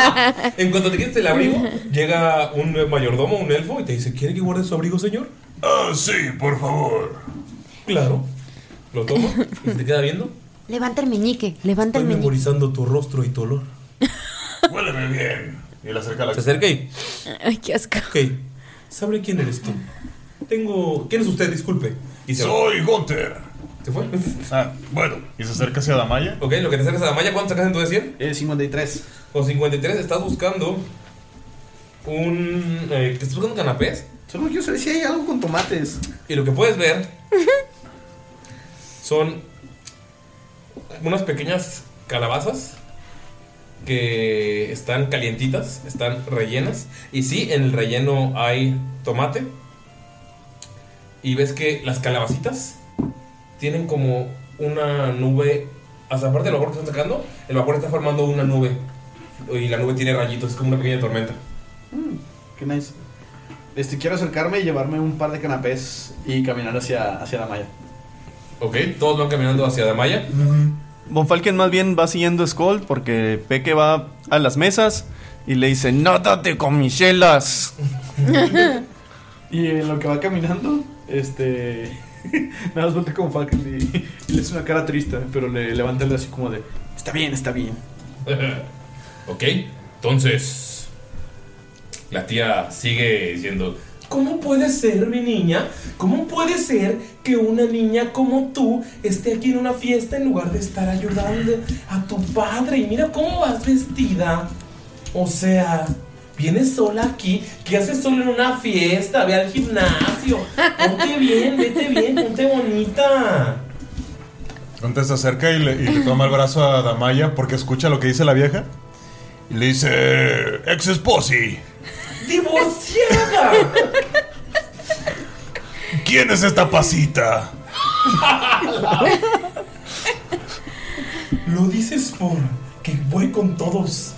En cuanto te quites el abrigo, llega un mayordomo, un elfo, y te dice: ¿Quiere que guarde su abrigo, señor?
Ah, sí, por favor.
Claro. Lo toma y se te queda viendo.
Levanta el meñique, levanta
Estoy
el meñique.
memorizando tu rostro y tu olor.
Huéleme bien.
Y le acerca la
Se acerca y.
Ay, qué asco.
Ok. ¿Sabré quién eres tú? Tengo. ¿Quién es usted? Disculpe. Y se va.
Soy Gunther.
¿Se fue?
Ah, bueno. ¿Y se acerca hacia la malla?
Ok, lo que te sacas a la malla, ¿cuánto sacas en tu de 100?
Eh,
53. Con 53 estás buscando un... eh, ¿Estás buscando canapés?
Solo yo sé si hay algo con tomates.
Y lo que puedes ver son unas pequeñas calabazas que están calientitas, están rellenas. Y sí, en el relleno hay tomate. Y ves que las calabacitas tienen como una nube. Hasta aparte del vapor que están sacando, el vapor está formando una nube. Y la nube tiene rayitos, es como una pequeña tormenta.
Qué nice. Este, quiero acercarme y llevarme un par de canapés y caminar hacia, hacia la malla.
Ok, todos van caminando hacia Damaya.
Von Falken más bien va siguiendo a Skull porque ve que va a las mesas y le dice: ¡Nótate con mis chelas!
y en lo que va caminando, este. Nada más voltea como Falcon y, y le hace una cara triste, pero le levanta el dedo así como de: Está bien, está bien.
ok, entonces. La tía sigue diciendo: ¿Cómo puede ser, mi niña? ¿Cómo puede ser que una niña como tú esté aquí en una fiesta en lugar de estar ayudando a tu padre? Y mira cómo vas vestida. O sea, vienes sola aquí. ¿Qué haces sola en una fiesta? Ve al gimnasio. Ponte bien, vete bien, ponte bonita.
Entonces se acerca y le, y le toma el brazo a Damaya porque escucha lo que dice la vieja. Y le dice: Ex esposi,
¡Divorciada!
¿quién es esta pasita?
¿Lo dices por que voy con todos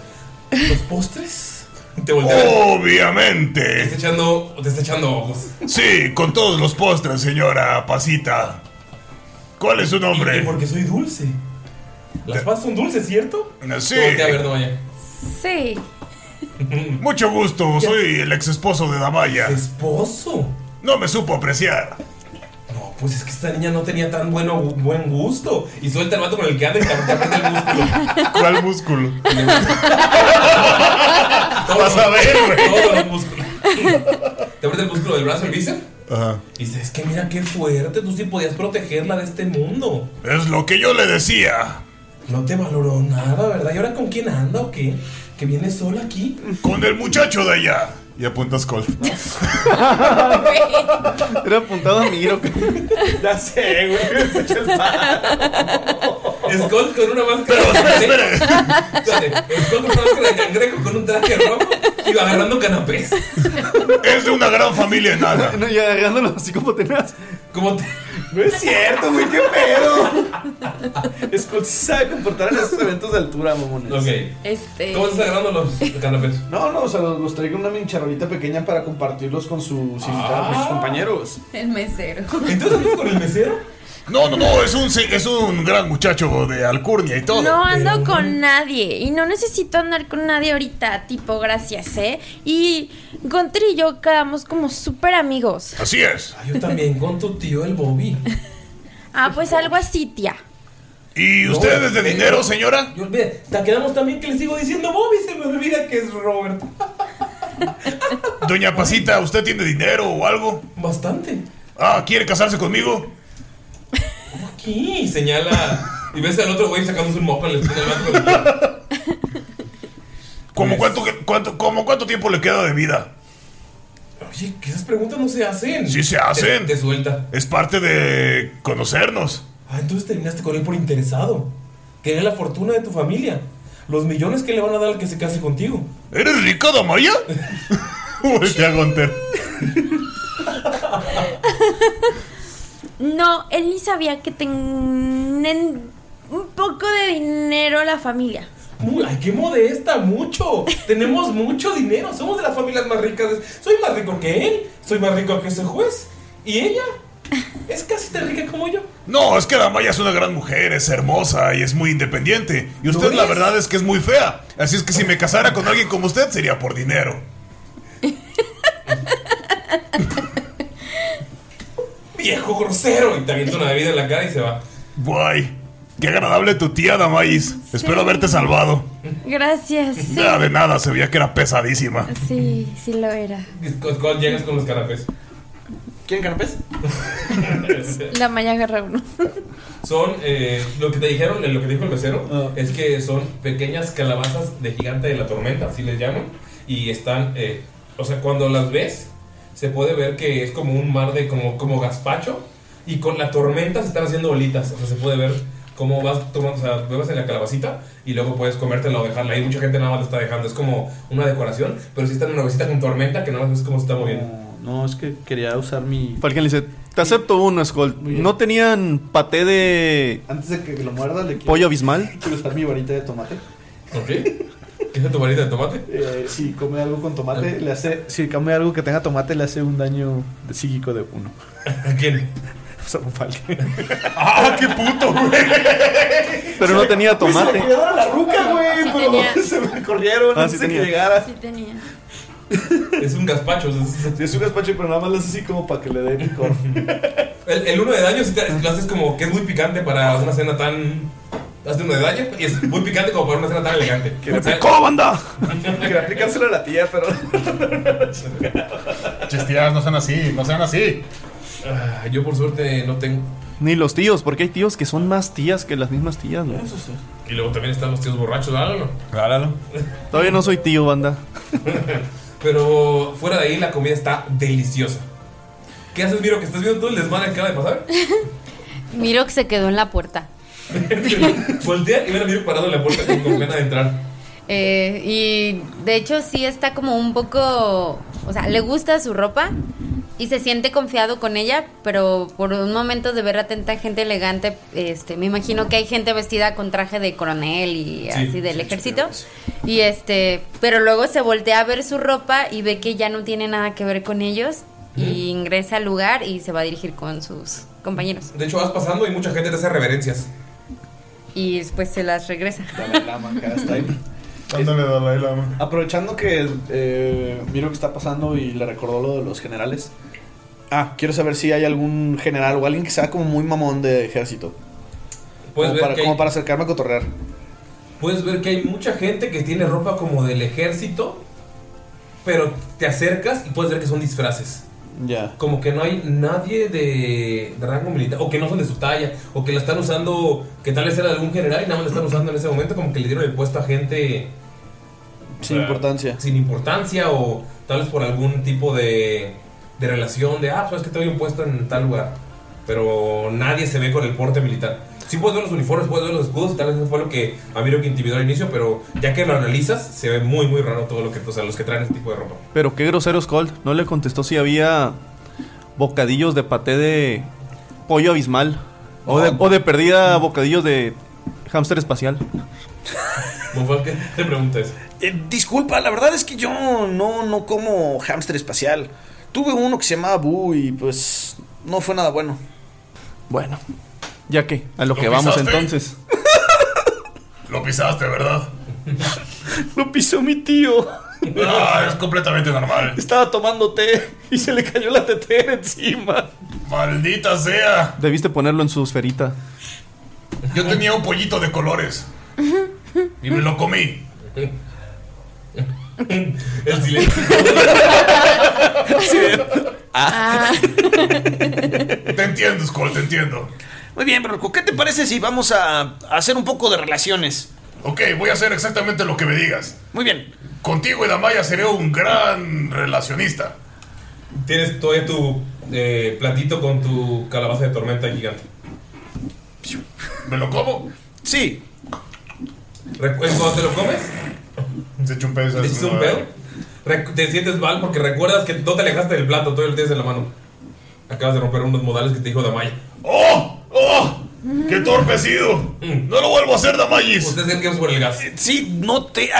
los postres? Te
Obviamente.
Te está echando, te está echando ojos.
Sí, con todos los postres, señora pasita. ¿Cuál es su nombre?
porque soy dulce. Las pasas son dulces, ¿cierto?
Eh, Sí.
Voltea a ver, Damaya.
Sí.
Mucho gusto, soy el ex esposo de Damaya.
¿Esposo?
No me supo apreciar.
No, pues es que esta niña no tenía tan bueno, buen gusto. Y suelta el vato con el que anda y te aprieta el músculo.
¿Cuál músculo?
Vas a ver, Todo el músculo. Te aprieta el músculo del brazo, el bíceps.
Ajá.
Y dices, es que mira qué fuerte, tú sí podías protegerla de este mundo.
Es lo que yo le decía.
No te valoró nada, ¿verdad? ¿Y ahora con quién anda o qué? ¿Que viene sola aquí?
Con el muchacho de allá. Y apuntas col.
Era apuntado a Miro. Ya sé, güey.
Skull con una máscara de cangrejo. Espérate, Skull con una máscara de cangrejo con un traje rojo y agarrando canapés.
Es de una gran familia enana.
No, y agarrándolo así como tenías.
Como te...
No es cierto, güey, qué pedo.
Skull sí sabe comportar en esos eventos de altura, mamones.
Ok.
Este.
¿Cómo estás agarrando los canapés?
No, no, o sea, los, los traigo en una mincharolita pequeña para compartirlos con sus invitados, con sus compañeros.
El mesero.
Ah. con el mesero?
No, no, no, es un, sí, es un gran muchacho de alcurnia y todo.
No ando con nadie y no necesito andar con nadie ahorita, tipo, gracias, ¿eh? Y Gontri y yo quedamos como súper amigos.
Así es.
Ah, yo también con tu tío el Bobby.
Ah, pues algo así, tía.
¿Y ustedes de dinero, señora?
Yo, ve, te quedamos también que le sigo diciendo Bobby, se me olvida que es Robert.
Doña Pasita, ¿usted tiene dinero o algo?
Bastante.
Ah, ¿quiere casarse conmigo?
Aquí, señala. Y ves al otro güey sacándose un moco en la esquina del banco.
¿Cómo
Pues,
cuánto, cuánto, cómo cuánto tiempo le queda de vida?
Oye, que esas preguntas no se hacen.
Sí se hacen.
Te, te suelta.
Es parte de conocernos.
Ah, entonces terminaste con él por interesado. Quería la fortuna de tu familia. Los millones que le van a dar al que se case contigo.
¿Eres rica, Damaya? Voltea a Gunter.
No, él ni sabía que tienen un poco de dinero la familia.
Muy- Ay, qué modesta, mucho. Tenemos mucho dinero. Somos de las familias más ricas. Soy más rico que él. Soy más rico que ese juez. Y ella es casi tan rica como yo.
No, es que Damaya es una gran mujer, es hermosa y es muy independiente. Y usted la verdad es que es muy fea. Así es que si me casara con alguien como usted sería por dinero.
Viejo grosero. Y te avienta una bebida en la cara y se va.
Guay. Qué agradable tu tía, Damayis. Espero haberte salvado.
Gracias. Sí,
Nada de nada, se veía que era pesadísima.
sí, sí lo era.
Cuando llegas con los canapés.
¿Quieren canapés?
La Maya agarra uno.
Son, eh, lo que te dijeron, lo que dijo el mesero, es que son pequeñas calabazas de gigante de la tormenta, así les llaman. Y están, eh, o sea, cuando las ves, se puede ver que es como un mar de, como, como gazpacho. Y con la tormenta se están haciendo bolitas, o sea, se puede ver cómo vas tomando, o sea, bebes en la calabacita y luego puedes comértela o dejarla. Hay mucha gente nada más la está dejando, es como una decoración, pero si está en una bolsita con tormenta que nada más ves cómo se está moviendo.
Ah.
No, es que quería usar mi.
Falken le dice: Te acepto uno, Skull. ¿No tenían paté de
Antes de que lo muerda, le quiero.
pollo abismal?
Quiero usar mi varita de tomate.
¿Ok? ¿Qué es tu varita de tomate?
Eh, si come algo con tomate, le hace. Si come algo que tenga tomate, le hace un daño de psíquico de uno.
¿A quién?
O sea, un Falken.
¡Ah, qué puto, güey!
Pero no tenía tomate.
Cuidado la ruca, güey.
Sí
pero
tenía.
se me corrieron
Ah,
antes
sí
de que
tenía.
llegara.
Sí tenía.
Es un gazpacho.
es un gazpacho, pero nada más lo hace así como para que le dé picor.
El, el uno de daño sí te- lo haces como que es muy picante para una cena tan. Haces uno de daño y es muy picante como para una cena tan elegante.
Que le
O sea,
picó, banda. Quería aplicárselo a la tía, pero.
Chestias, no sean así, no sean así.
Ah, Yo por suerte no tengo.
Ni los tíos, porque hay tíos que son más tías que las mismas tías, güey.
Y luego también están los tíos borrachos, hágalo.
Todavía no soy tío, banda.
Pero fuera de ahí la comida está deliciosa. ¿Qué haces, Miro? Que estás viendo todo el desmadre que acaba de pasar.
Miro que se quedó en la puerta.
Voltea y ven a Miro parado en la puerta con con pena de entrar.
Eh, y de hecho sí está como un poco, o sea, le gusta su ropa y se siente confiado con ella, pero por un momento de ver a tanta gente elegante, este, me imagino que hay gente vestida con traje de coronel y
Sí,
así del ejército. Y este, pero luego se voltea a ver su ropa y ve que ya no tiene nada que ver con ellos y ingresa al lugar y se va a dirigir con sus compañeros
De hecho, vas pasando y mucha gente te hace reverencias.
y después se las regresa.
Ándale, Dalai Lama.
Aprovechando que eh, miro que está pasando y le recordó lo de los generales. Ah, quiero saber si hay algún general o alguien que sea como muy mamón de ejército.
Puedes
como,
ver
para,
que hay-
como para acercarme a cotorrear.
Puedes ver que hay mucha gente que tiene ropa como del ejército, pero te acercas y puedes ver que son disfraces.
Ya.
Como que no hay nadie de, de rango militar, o que no son de su talla, o que la están usando, que tal vez era de algún general y nada más la están usando en ese momento, como que le dieron el puesto a gente.
Sin importancia.
Sin importancia, o tal vez por algún tipo de, de relación, de ah, pues es que te doy un puesto en tal lugar. Pero nadie se ve con el porte militar. Sí puedes ver los uniformes, puedes ver los escudos, tal vez eso fue lo que a mí lo que intimidó al inicio, pero ya que lo analizas, se ve muy, muy raro todo lo que, o sea, los que traen este tipo de ropa.
Pero qué grosero es Colt. No le contestó si había bocadillos de paté de pollo abismal. O de, o de perdida bocadillos de hámster espacial.
Mofalque, te pregunto eso.
Eh, disculpa, la verdad es que yo no, no como hámster espacial. Tuve uno que se llamaba Boo y pues no fue nada bueno.
Bueno, ya que, a lo, que vamos
pisaste?
entonces.
Lo pisaste, ¿verdad?
Lo pisó mi tío.
Ah, es completamente normal.
Estaba tomando té y se le cayó la tetera encima.
Maldita sea.
Debiste ponerlo en su esferita.
Yo tenía un pollito de colores. Y me lo comí.
El silencio.
Ah.
Te entiendo, Skull, te entiendo.
Muy bien, Broco, ¿qué te parece si vamos a hacer un poco de relaciones?
Ok, voy a hacer exactamente lo que me digas.
Muy bien.
Contigo y Damaya seré un gran relacionista.
Tienes todavía tu eh, platito con tu calabaza de tormenta gigante.
¿Me lo como?
Sí.
Cuando te lo comes,
se echa un pedo.
te echas un pedo, rec- te sientes mal porque recuerdas que no te alejaste del plato, todavía lo tienes en la mano. Acabas de romper unos modales que te dijo Damaya.
¡Oh! ¡Oh! ¡Qué torpe he sido! ¡No lo vuelvo a hacer, Damayis!
Mm. Ustedes creen que es por el gas.
Sí, no te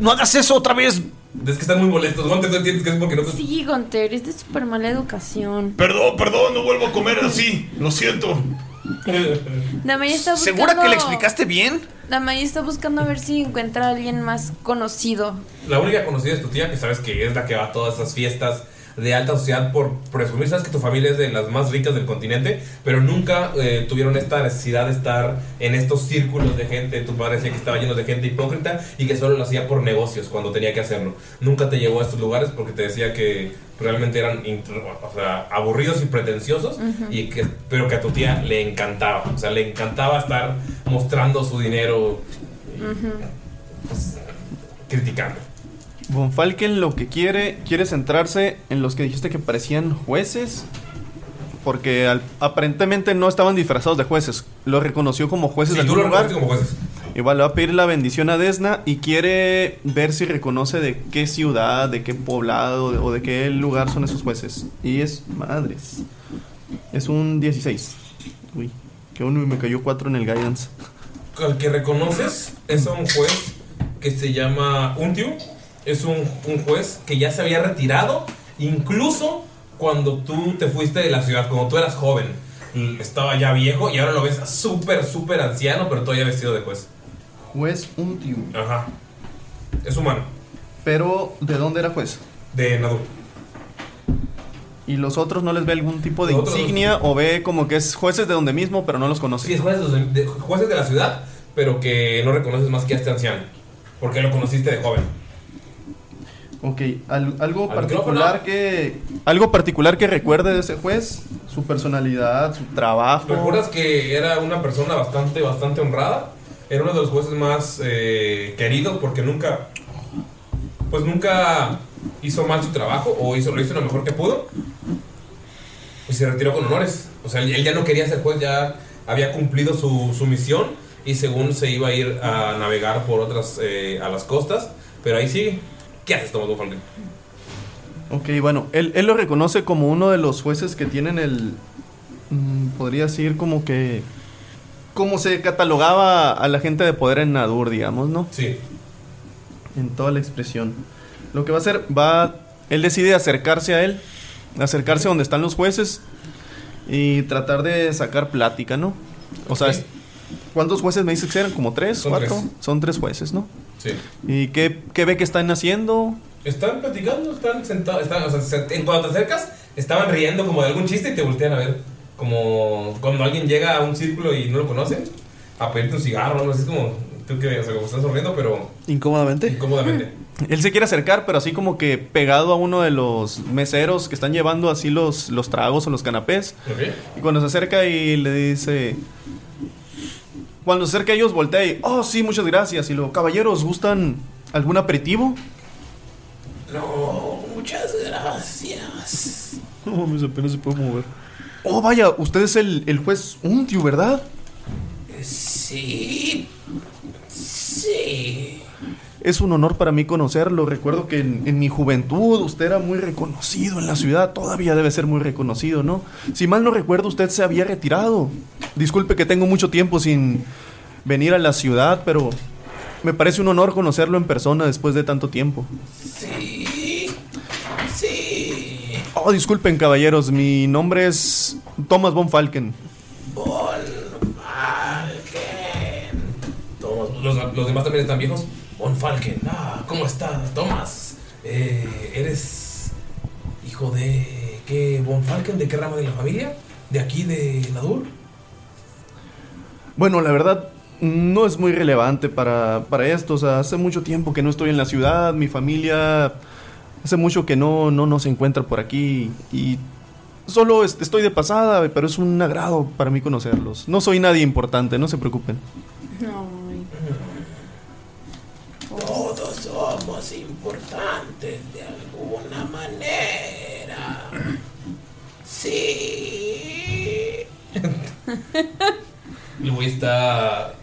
no, hagas eso otra vez.
Es que están muy molestos. Gonte, tú entiendes que es porque no te.
Sí, Gonter, es de súper mala educación.
Perdón, perdón, no vuelvo a comer así. Lo siento.
Damaya está buscando...
¿Segura que le explicaste
bien?
Damaya está buscando a ver si encuentra a alguien más conocido.
La única conocida es tu tía, que sabes que es la que va a todas esas fiestas de alta sociedad por presumir. Sabes que tu familia es de las más ricas del continente, pero nunca eh, tuvieron esta necesidad de estar en estos círculos de gente. Tu padre decía que estaba lleno de gente hipócrita y que solo lo hacía por negocios cuando tenía que hacerlo. Nunca te llevó a estos lugares porque te decía que realmente eran intro- o sea, aburridos y pretenciosos,
Ujú.
y que, pero que a tu tía le encantaba. O sea, le encantaba estar mostrando su dinero, pues, criticando.
Von Falken lo que quiere, quiere centrarse en los que dijiste que parecían jueces. Porque al- aparentemente no estaban disfrazados de jueces. Lo reconoció como jueces
Sí,
del
tú lo
lugar.
reconociste como jueces.
Igual le va a pedir la bendición a Desna y quiere ver si reconoce de qué ciudad, de qué poblado de- o de qué lugar son esos jueces. Y es madres. Es un 16. Uy, que uno me cayó 4 en el guidance.
Al que reconoces es a un juez que se llama Untiu. Es un, un juez que ya se había retirado, incluso cuando tú te fuiste de la ciudad, cuando tú eras joven. L- Estaba ya viejo y ahora lo ves súper, súper anciano, pero todavía vestido de juez.
Juez Untiu.
Ajá. Es humano.
Pero, ¿de dónde era juez?
De Nadu.
¿Y los otros no les ve algún tipo de
Los otros
insignia o ve como que es jueces de donde mismo, pero no los conoce?
Sí, es juez de, de- jueces de la ciudad, pero que no reconoces más que a este anciano. Porque lo conociste de joven.
Ok, al- algo
Al
particular
micrófono.
que. Algo particular que recuerde de ese juez, su personalidad, su trabajo.
¿Recuerdas que era una persona bastante, bastante honrada? Era uno de los jueces más eh, queridos porque nunca, pues nunca hizo mal su trabajo o hizo, lo hizo lo mejor que pudo y se retiró con honores. O sea, él él ya no quería ser juez, ya había cumplido su, su misión y según se iba a ir a navegar por otras, eh, a las costas, pero ahí sigue. ¿Qué haces, Tomás Bufalque?
Ok, bueno, él, él lo reconoce como uno de los jueces que tienen el... mm, podría decir como que... Como se catalogaba a la gente de poder en Nadur, digamos, ¿no?
Sí.
En toda la expresión. Lo que va a hacer, va... Él decide acercarse a él, acercarse a donde están los jueces y tratar de sacar plática, ¿no? O sea, es- ¿cuántos jueces me dices que eran? ¿Como tres?
Son
¿Cuatro?
tres.
Son tres jueces, ¿no?
Sí.
¿Y qué, qué ve que están haciendo?
Están platicando, están sentados, están, o sea, se- en cuanto te acercas, estaban riendo como de algún chiste y te voltean a ver. Como cuando alguien llega a un círculo y no lo conoce, a pedirte un cigarro, no sé, es como, tú que, o sea, como estás sonriendo, pero
Incómodamente.
Incómodamente.
Él se quiere acercar, pero así como que pegado a uno de los meseros que están llevando así los, los tragos o los canapés. Y cuando se acerca y le dice... Cuando se acerca a ellos voltea y... Oh, sí, muchas gracias. Y luego, caballeros, ¿gustan algún aperitivo?
No, muchas gracias.
No mames, apenas se puede mover. Oh, vaya, usted es el, el juez Untiu, ¿verdad?
Sí. Sí.
Es un honor para mí conocerlo. Recuerdo que en, en mi juventud usted era muy reconocido en la ciudad. Todavía debe ser muy reconocido, ¿no? Si mal no recuerdo, usted se había retirado. Disculpe que tengo mucho tiempo sin venir a la ciudad, pero me parece un honor conocerlo en persona después de tanto tiempo.
Sí. Sí.
Oh, disculpen, caballeros. Mi nombre es Thomas von Falken.
Von Falken. Todos, los, los demás también están viejos. Von Falken, ah, ¿cómo estás, Tomás? Eh, ¿Eres hijo de qué? ¿Von Falken? ¿De qué rama de la familia? ¿De aquí, de Nadur?
Bueno, la verdad no es muy relevante para, para esto. O sea, hace mucho tiempo que no estoy en la ciudad, mi familia hace mucho que no, no, no se encuentra por aquí y solo est- estoy de pasada, pero es un agrado para mí conocerlos. No soy nadie importante, no se preocupen.
Todos somos importantes de alguna manera. Sí. El güey está.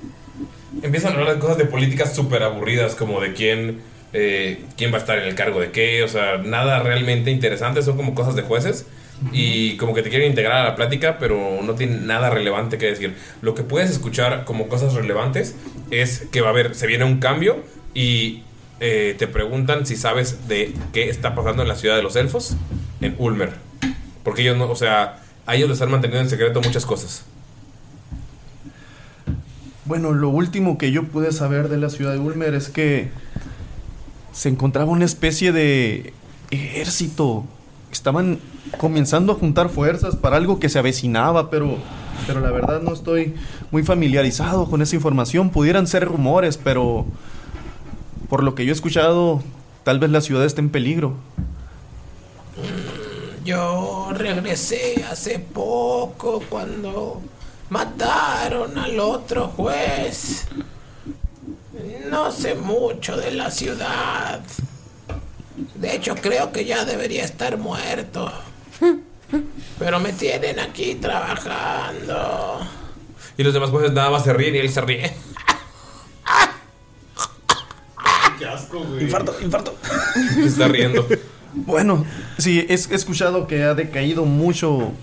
Empiezan a hablar de cosas de políticas súper aburridas, como de quién, eh, quién va a estar en el cargo de qué, o sea, nada realmente interesante, son como cosas de jueces. Y como que te quieren integrar a la plática, pero no tienen nada relevante que decir. Lo que puedes escuchar como cosas relevantes es que va a haber, se viene un cambio y eh, te preguntan si sabes de qué está pasando en la ciudad de los elfos, en Ulmer. Porque ellos no, o sea, a ellos les han mantenido en secreto muchas cosas.
Bueno, lo último que yo pude saber de la ciudad de Ulmer es que se encontraba una especie de ejército. Estaban comenzando a juntar fuerzas para algo que se avecinaba, pero, pero la verdad no estoy muy familiarizado con esa información. Pudieran ser rumores, pero por lo que yo he escuchado, tal vez la ciudad esté en peligro.
Yo regresé hace poco cuando mataron al otro juez. No sé mucho de la ciudad. De hecho, creo que ya debería estar muerto. Pero me tienen aquí trabajando. Y los demás jueces nada más se ríen y él se ríe.
Qué asco,
Infarto, infarto.
Se está riendo.
Bueno, sí, he, he escuchado que ha decaído mucho,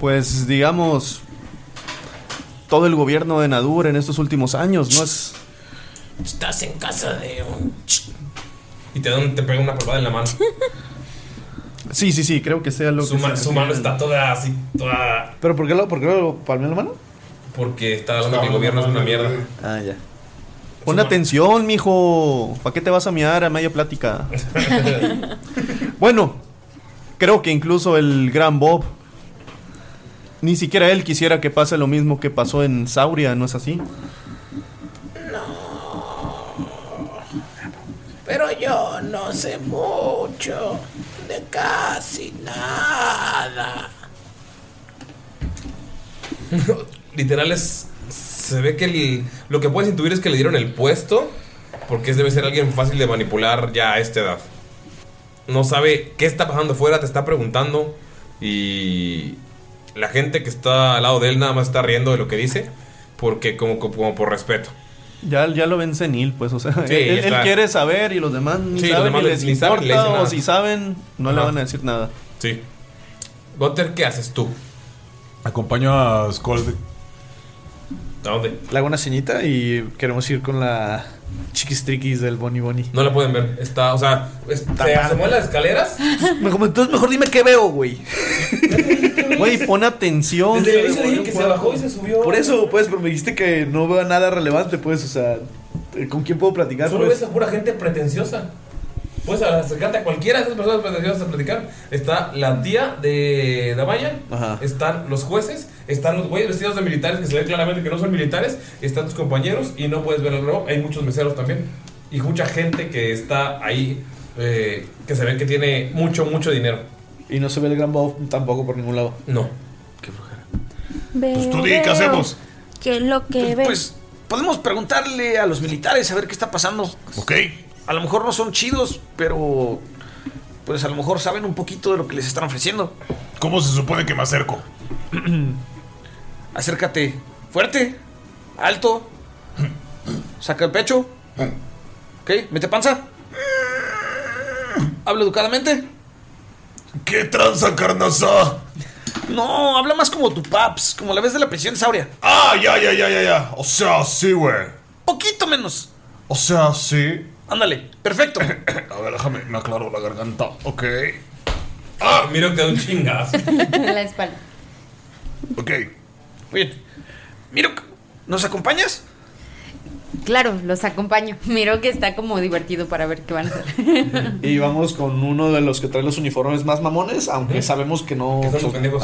pues digamos, todo el gobierno de Nadur en estos últimos años, ¿no es?
Estás en casa de un... Y te, dan, te pega una palmada en la mano.
Sí, sí, sí, creo que sea lo
Su,
que...
ma-
se
su mano
refieren.
está toda así, toda...
¿Pero por qué lo, por qué lo palmeó la mano?
Porque está hablando que el gobierno es una mierda.
Ah, ya.
Pon atención, mijo. ¿Para qué te vas a mirar a media plática? bueno, creo que incluso el gran Bob, ni siquiera él quisiera que pase lo mismo que pasó en Sauria, ¿no es así?
Pero yo no sé mucho de casi nada.
Literal es. Se ve que el- lo que puedes intuir es que le dieron el puesto. Porque es- debe ser alguien fácil de manipular ya a esta edad. No sabe qué está pasando afuera, te está preguntando. Y. La gente que está al lado de él nada más está riendo de lo que dice. Porque, como, como por respeto.
Ya, ya lo ven senil, pues, o sea,
Sí,
él, él
está.
quiere saber y los demás ni
Sí, los
saben,
demás
ni les
ni
importa,
saben, ni le dicen
o
nada.
si saben, no le
Ajá.
van a decir nada.
Sí. Gotter, ¿qué haces tú?
Acompaño a Scold.
¿A dónde?
Le hago una ceñita y queremos ir con la chiquis triquis del Bonnie Bonnie.
No la pueden ver. Está, o sea, es- se asomó en las escaleras.
Mejor- Entonces mejor dime qué veo, güey.
Güey, pon atención.
Desde el inicio dije que se bajó y se subió.
Por eso, pues, pero me dijiste que no veo nada relevante, pues, o sea, ¿con quién puedo platicar?
Solo
pues?
ves a pura gente pretenciosa. Puedes acercarte a cualquiera de esas personas pretenciosas a platicar. Está la tía de Damaya, están los jueces, están los güeyes vestidos de militares que se ve claramente que no son militares, están tus compañeros y no puedes ver el reloj. Hay muchos meseros también y mucha gente que está ahí eh, que se ve que tiene mucho, mucho dinero.
Y no se ve el gran Bob tampoco por ningún lado.
No.
Pues tú di, ¿qué hacemos?
¿Qué es lo que ves?
Pues podemos preguntarle a los militares a ver qué está pasando.
Ok.
A lo mejor no son chidos, pero pues a lo mejor saben un poquito de lo que les están ofreciendo.
¿Cómo se supone que me acerco?
Acércate. Fuerte. Alto. Saca el pecho. Ok, mete panza. Habla educadamente.
¿Qué tranza, carnaza?
No, habla más como tu paps, como la vez de la prisión sauria.
Ah, ya, ya, ya, ya, ya. O sea, sí, güey.
Poquito menos.
O sea, sí.
Ándale, perfecto.
A ver, déjame, me aclaro la garganta. Ok.
Ah, mira que da un chingazo.
La espalda.
Ok.
Bien. Mirok, ¿nos acompañas?
Claro, los acompaño. Miro que está como divertido para ver qué van a hacer.
Y vamos con uno de los que trae los uniformes más mamones, aunque sabemos que no.
son los pendejos.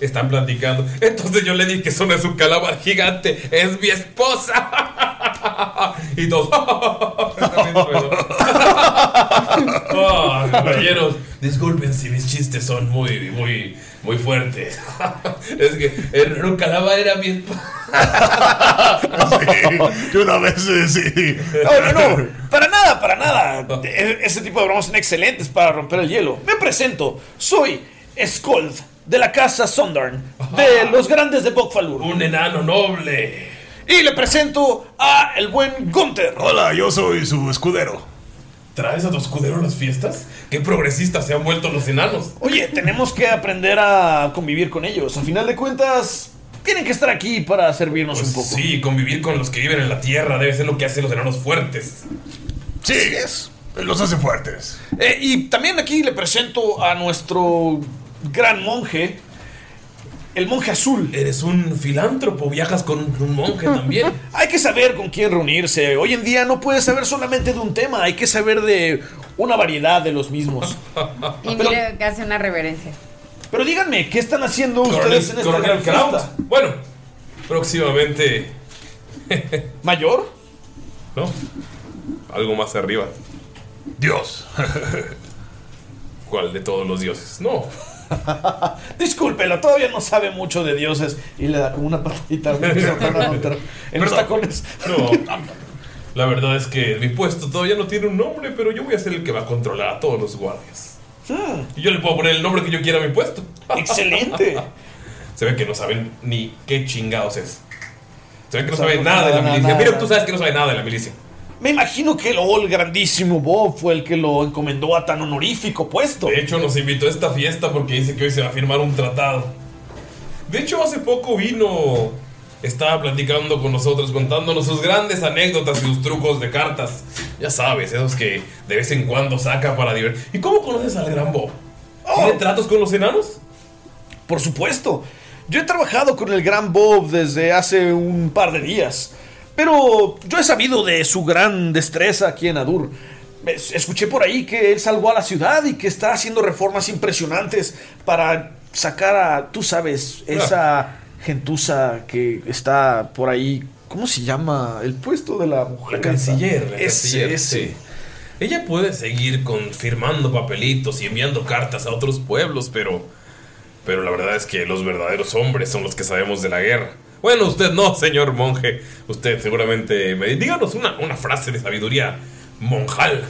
Están platicando. Entonces yo le dije que eso no es un calamar gigante, es mi esposa. y todos. Ah, caballeros, disculpen si mis chistes son muy, muy, muy fuertes. es que el Rucalaba era mi esposa.
Yo una vez eh, sí.
No, no, no, para nada, para nada. E- Ese tipo de bromas son excelentes para romper el hielo. Me presento, soy Skold, de la casa Sondarn, de los grandes de Bokfalur.
Un enano noble.
Y le presento a el buen Gunther.
Hola, yo soy su escudero.
¿Traes a tu escudero a las fiestas? ¿Qué progresistas se han vuelto los enanos?
Oye, tenemos que aprender a convivir con ellos. Al final de cuentas, tienen que estar aquí para servirnos un poco.
Sí, convivir con los que viven en la tierra debe ser lo que hace los enanos fuertes.
Sí, es. Los hace fuertes.
Eh, y también aquí le presento a nuestro gran monje, el monje azul.
Eres un filántropo, viajas con un monje también.
hay que saber con quién reunirse. Hoy en día no puedes saber solamente de un tema, hay que saber de una variedad de los mismos.
Y
Ah, Pero-
miro que hace una reverencia.
Pero díganme, ¿qué están haciendo
Coronel-
ustedes en esta
Coronel
gran
Kraut.
fiesta?
Bueno, próximamente.
¿Mayor?
No. Algo más arriba.
Dios.
¿Cuál de todos los dioses? No.
Discúlpelo, todavía no sabe mucho de dioses y le da como una patadita a Gunther en los tacones.
No. La verdad es que mi puesto todavía no tiene un nombre, pero yo voy a ser el que va a controlar a todos los guardias. Y yo le puedo poner el nombre que yo quiera a mi puesto.
Excelente.
Se ve que no saben ni qué chingados es. Se ve que no
O sea,
saben
no
nada de la
saben
milicia.
nada,
Mira,
nada.
tú sabes que no saben nada de la milicia.
Me imagino que el Ol grandísimo Bob fue el que lo encomendó a tan honorífico puesto.
De hecho, nos invitó a este esta fiesta porque dice que hoy se va a firmar un tratado. De hecho, hace poco vino. Estaba platicando con nosotros, contándonos sus grandes anécdotas y sus trucos de cartas. Ya sabes, esos que de vez en cuando saca para divertir. ¿Y cómo conoces al gran Bob? ¿Tiene tratos con los enanos?
Por supuesto. Yo he trabajado con el gran Bob desde hace un par de días. Pero yo he sabido de su gran destreza aquí en Adur. Es- Escuché por ahí que él salvó a la ciudad y que está haciendo reformas impresionantes para sacar a, tú sabes, esa gentuza que está por ahí. ¿Cómo se llama? El puesto de la mujer.
La canciller, la
Ese,
canciller,
ese.
sí. Ella puede seguir con, firmando papelitos y enviando cartas a otros pueblos, pero. Pero la verdad es que los verdaderos hombres son los que sabemos de la guerra. Bueno, usted no, señor monje. Usted seguramente me. Díganos una, una frase de sabiduría monjal.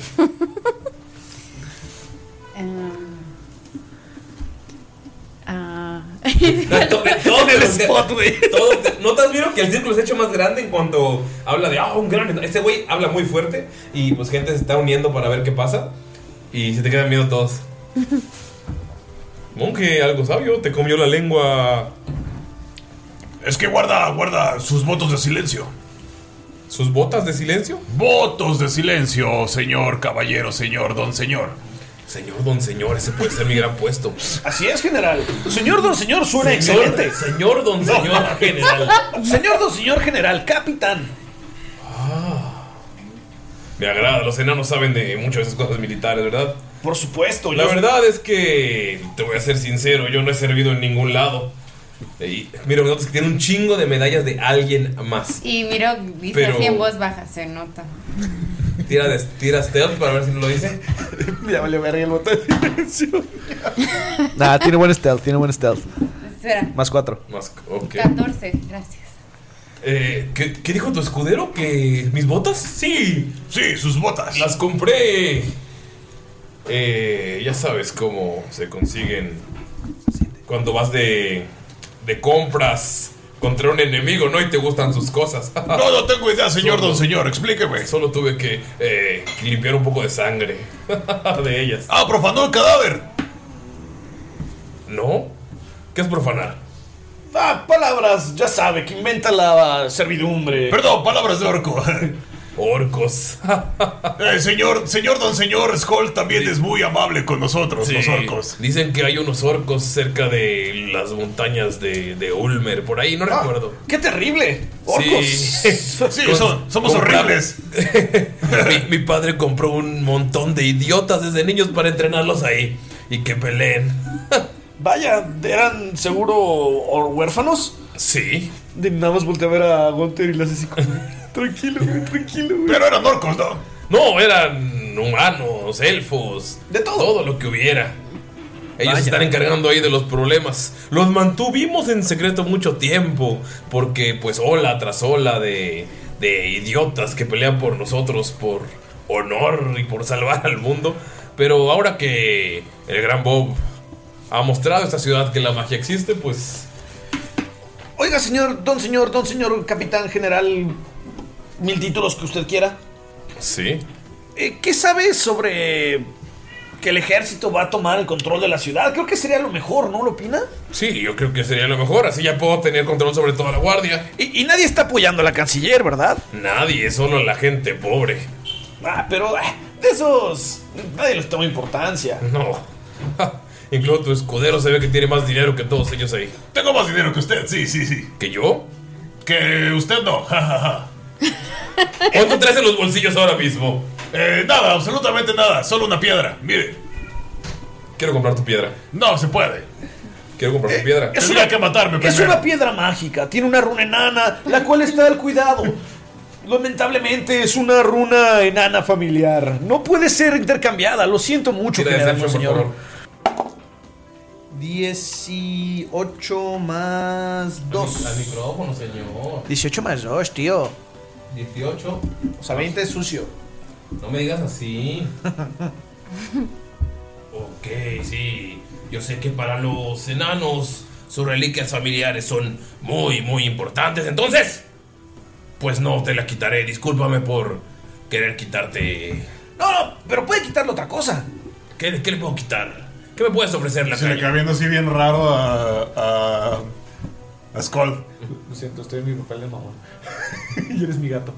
Ah.
Todo el spot, güey. ¿No te has visto que el círculo se ha hecho más grande en cuanto habla de, ah, un gran. Este güey habla muy fuerte y pues gente se está uniendo para ver qué pasa. Y se te quedan miedo todos. Monje, algo sabio, te comió la lengua.
Es que guarda, guarda sus votos de silencio.
¿Sus botas de silencio?
Votos de silencio, señor caballero, señor don señor.
Señor don señor, ese puede ser mi gran puesto.
Así es, general. Señor don señor suena
Señor-
excelente.
Señor don señor general.
Señor don señor general, capitán.
Ah. Me agrada, los enanos saben de muchas de esas cosas militares, ¿verdad?
Por supuesto,
La
yo-
verdad es que, te voy a ser sincero, yo no he servido en ningún lado. Y, mira, me notas que tiene un chingo de medallas de alguien más.
Y miro, dice
Pero-
así en voz baja, se nota.
Tira, de, tira stealth para ver si no lo dice.
Ya valió verga el botón.
Nah, tiene
buen stealth, Ah, tiene buen stealth.
Espera,
Más cuatro.
Más, ok.
14, gracias.
Eh, ¿qué, qué dijo tu escudero? ¿Que mis botas? Sí. Sí, sus botas. Las compré. Eh, ya sabes cómo se consiguen cuando vas de, de compras contra un enemigo, ¿no? Y te gustan sus cosas.
No, no tengo idea, señor don señor,
explíqueme. Solo tuve que eh, limpiar un poco de sangre de ellas.
Ah, profanó el cadáver.
¿No? ¿Qué es profanar?
Ah, palabras, ya sabe, que inventa la servidumbre.
Perdón, palabras de orco.
Orcos.
Eh, señor, señor don señor, Skull también es muy amable con nosotros,
Sí,
los orcos.
Dicen que hay unos orcos cerca de las montañas de, de Ulmer, por ahí, no
Ah,
recuerdo.
¡Qué terrible! Pues,
¡Orcos!
son- somos horribles.
mi, mi padre compró un montón de idiotas desde niños para entrenarlos ahí y que peleen.
Vaya, ¿eran seguro o- huérfanos?
Sí.
De nada más volteé a ver a Gunter y le hace así como, Tranquilo, güey, tranquilo, güey. Pero
eran orcos, ¿no?
No, eran humanos, elfos, de todo. Todo lo que hubiera. Ellos se están encargando ahí de los problemas. Los mantuvimos en secreto mucho tiempo. Porque, pues, ola tras ola de, de idiotas que pelean por nosotros, por honor y por salvar al mundo. Pero ahora que el gran Bob ha mostrado a esta ciudad que la magia existe, pues.
Oiga, señor, don señor, don señor, capitán general, mil títulos que usted quiera.
Sí.
Eh, ¿Qué sabe sobre que el ejército va a tomar el control de la ciudad? Creo que sería lo mejor, ¿no lo opina?
Sí, yo creo que sería lo mejor. Así ya puedo tener control sobre toda la guardia.
Y, y nadie está apoyando a la canciller, ¿verdad?
Nadie, solo la gente pobre.
Ah, pero ah, de esos nadie les toma importancia.
No. Incluso tu escudero se ve que tiene más dinero que todos ellos ahí.
Tengo más dinero que usted, sí, sí, sí.
¿Que yo?
Que usted no, jajaja.
¿Cuánto traes en los bolsillos ahora mismo?
Eh, nada, absolutamente nada, solo una piedra, mire.
Quiero comprar tu piedra.
No, se puede.
Quiero comprar tu piedra.
Es una que matarme,
Es
primero.
una piedra mágica, tiene una runa enana, la cual está al cuidado. Lamentablemente es una runa enana familiar. No puede ser intercambiada, lo siento mucho, general, señor.
18 más 2. Al micrófono, señor.
18 más 2, tío.
18.
O sea, 20 es sucio.
No me digas así. ok, sí. Yo sé que para los enanos sus reliquias familiares son muy, muy importantes. Entonces, pues no te la quitaré. Discúlpame por querer quitarte.
No, no, pero puede quitarle otra cosa.
¿Qué, qué le puedo quitar? ¿Qué me puedes ofrecer la
Se le
calle?
queda viendo así bien raro a. a. a Skull.
Lo siento, estoy en mi papel de mamón. y eres mi gato.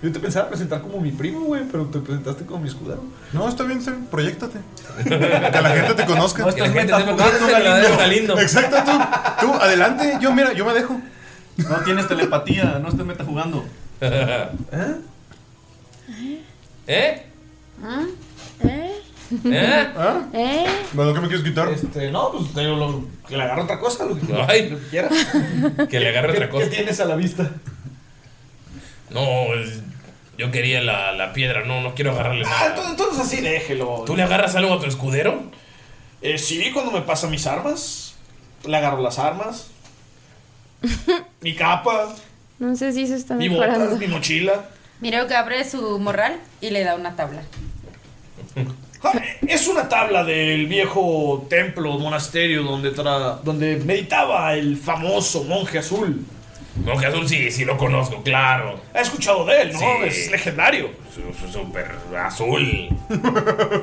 Yo te pensaba presentar como mi primo, güey, pero te presentaste como mi escudero.
No, está bien, está bien, proyectate.
que
la gente te conozca.
No,
Que la gente sepa que eres el verdadero Galindo. Exacto, tú, tú, adelante, yo mira, yo me dejo.
No tienes telepatía, no te metas jugando.
¿Eh? ¿Eh?
¿Ah? ¿Eh?
¿Eh?
¿Eh?
Bueno, ¿qué me quieres quitar?
Este, no, pues te digo, lo- que le agarre otra cosa, lo que,
Ay.
lo que quiera.
Que le agarre otra cosa.
¿Qué tienes a la vista?
No, es- Yo quería la, la piedra, no, no quiero agarrarle
Ah,
nada.
entonces, entonces así déjelo.
¿Tú le agarras algo a tu escudero?
Eh, sí, cuando me pasa mis armas. Le agarro las armas. mi capa,
No sé si eso está
mi botas,
mejorando.
mi mochila.
Mireo que abre su morral y le da una tabla.
Ah, Es una tabla del viejo templo, monasterio, donde, tra- donde meditaba el famoso monje azul.
Monje Azul sí, sí lo conozco, claro.
¿Ha escuchado de él, no?
Sí.
Es legendario.
Su- su- Súper azul.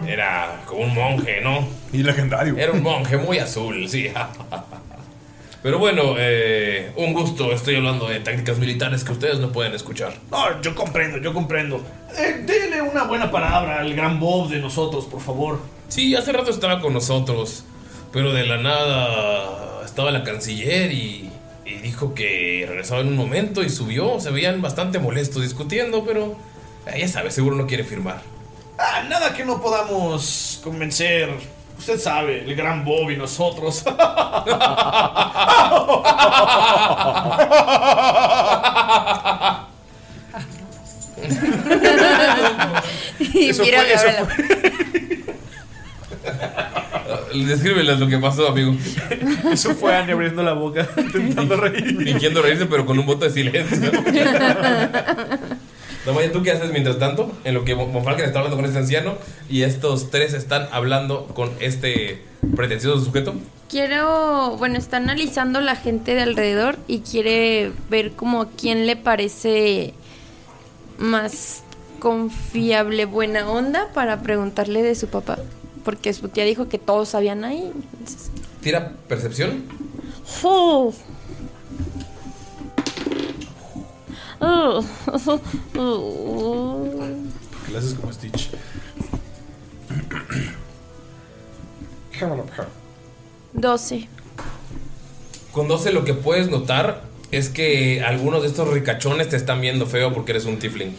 Era como un monje, ¿no?
Y legendario.
Era un monje muy azul, sí. Pero bueno, eh, un gusto. Estoy hablando de tácticas militares que ustedes no pueden escuchar.
No, yo comprendo, yo comprendo. Eh, dele una buena palabra al gran Bob de nosotros, por favor.
Sí, hace rato estaba con nosotros, pero de la nada estaba la canciller y, y dijo que regresaba en un momento y subió. Se veían bastante molestos discutiendo, pero eh, ya sabe, seguro no quiere firmar.
Ah, nada que no podamos convencer. Usted sabe, el gran Bob y nosotros.
y
Eso
Mireo
fue-
que
eso
abre la-
Ah, Descríbeles lo que pasó, amigo.
Eso fue Annie abriendo la boca, intentando reír.
Fingiendo reírse, pero con un voto de silencio. Damaya, ¿tú qué haces mientras tanto? En lo que Von Von Falken está hablando con este anciano y estos tres están hablando con este pretencioso sujeto.
Quiero, bueno, está analizando la gente de alrededor y quiere ver como a quién le parece más confiable, buena onda para preguntarle de su papá. Porque su tía dijo que todos sabían ahí. entonces-
Tira percepción.
¡Fu! Uh, uh.
Que le haces como Stitch.
Doce.
Con 12 lo que puedes notar es que algunos de estos ricachones te están viendo feo porque eres un tifling.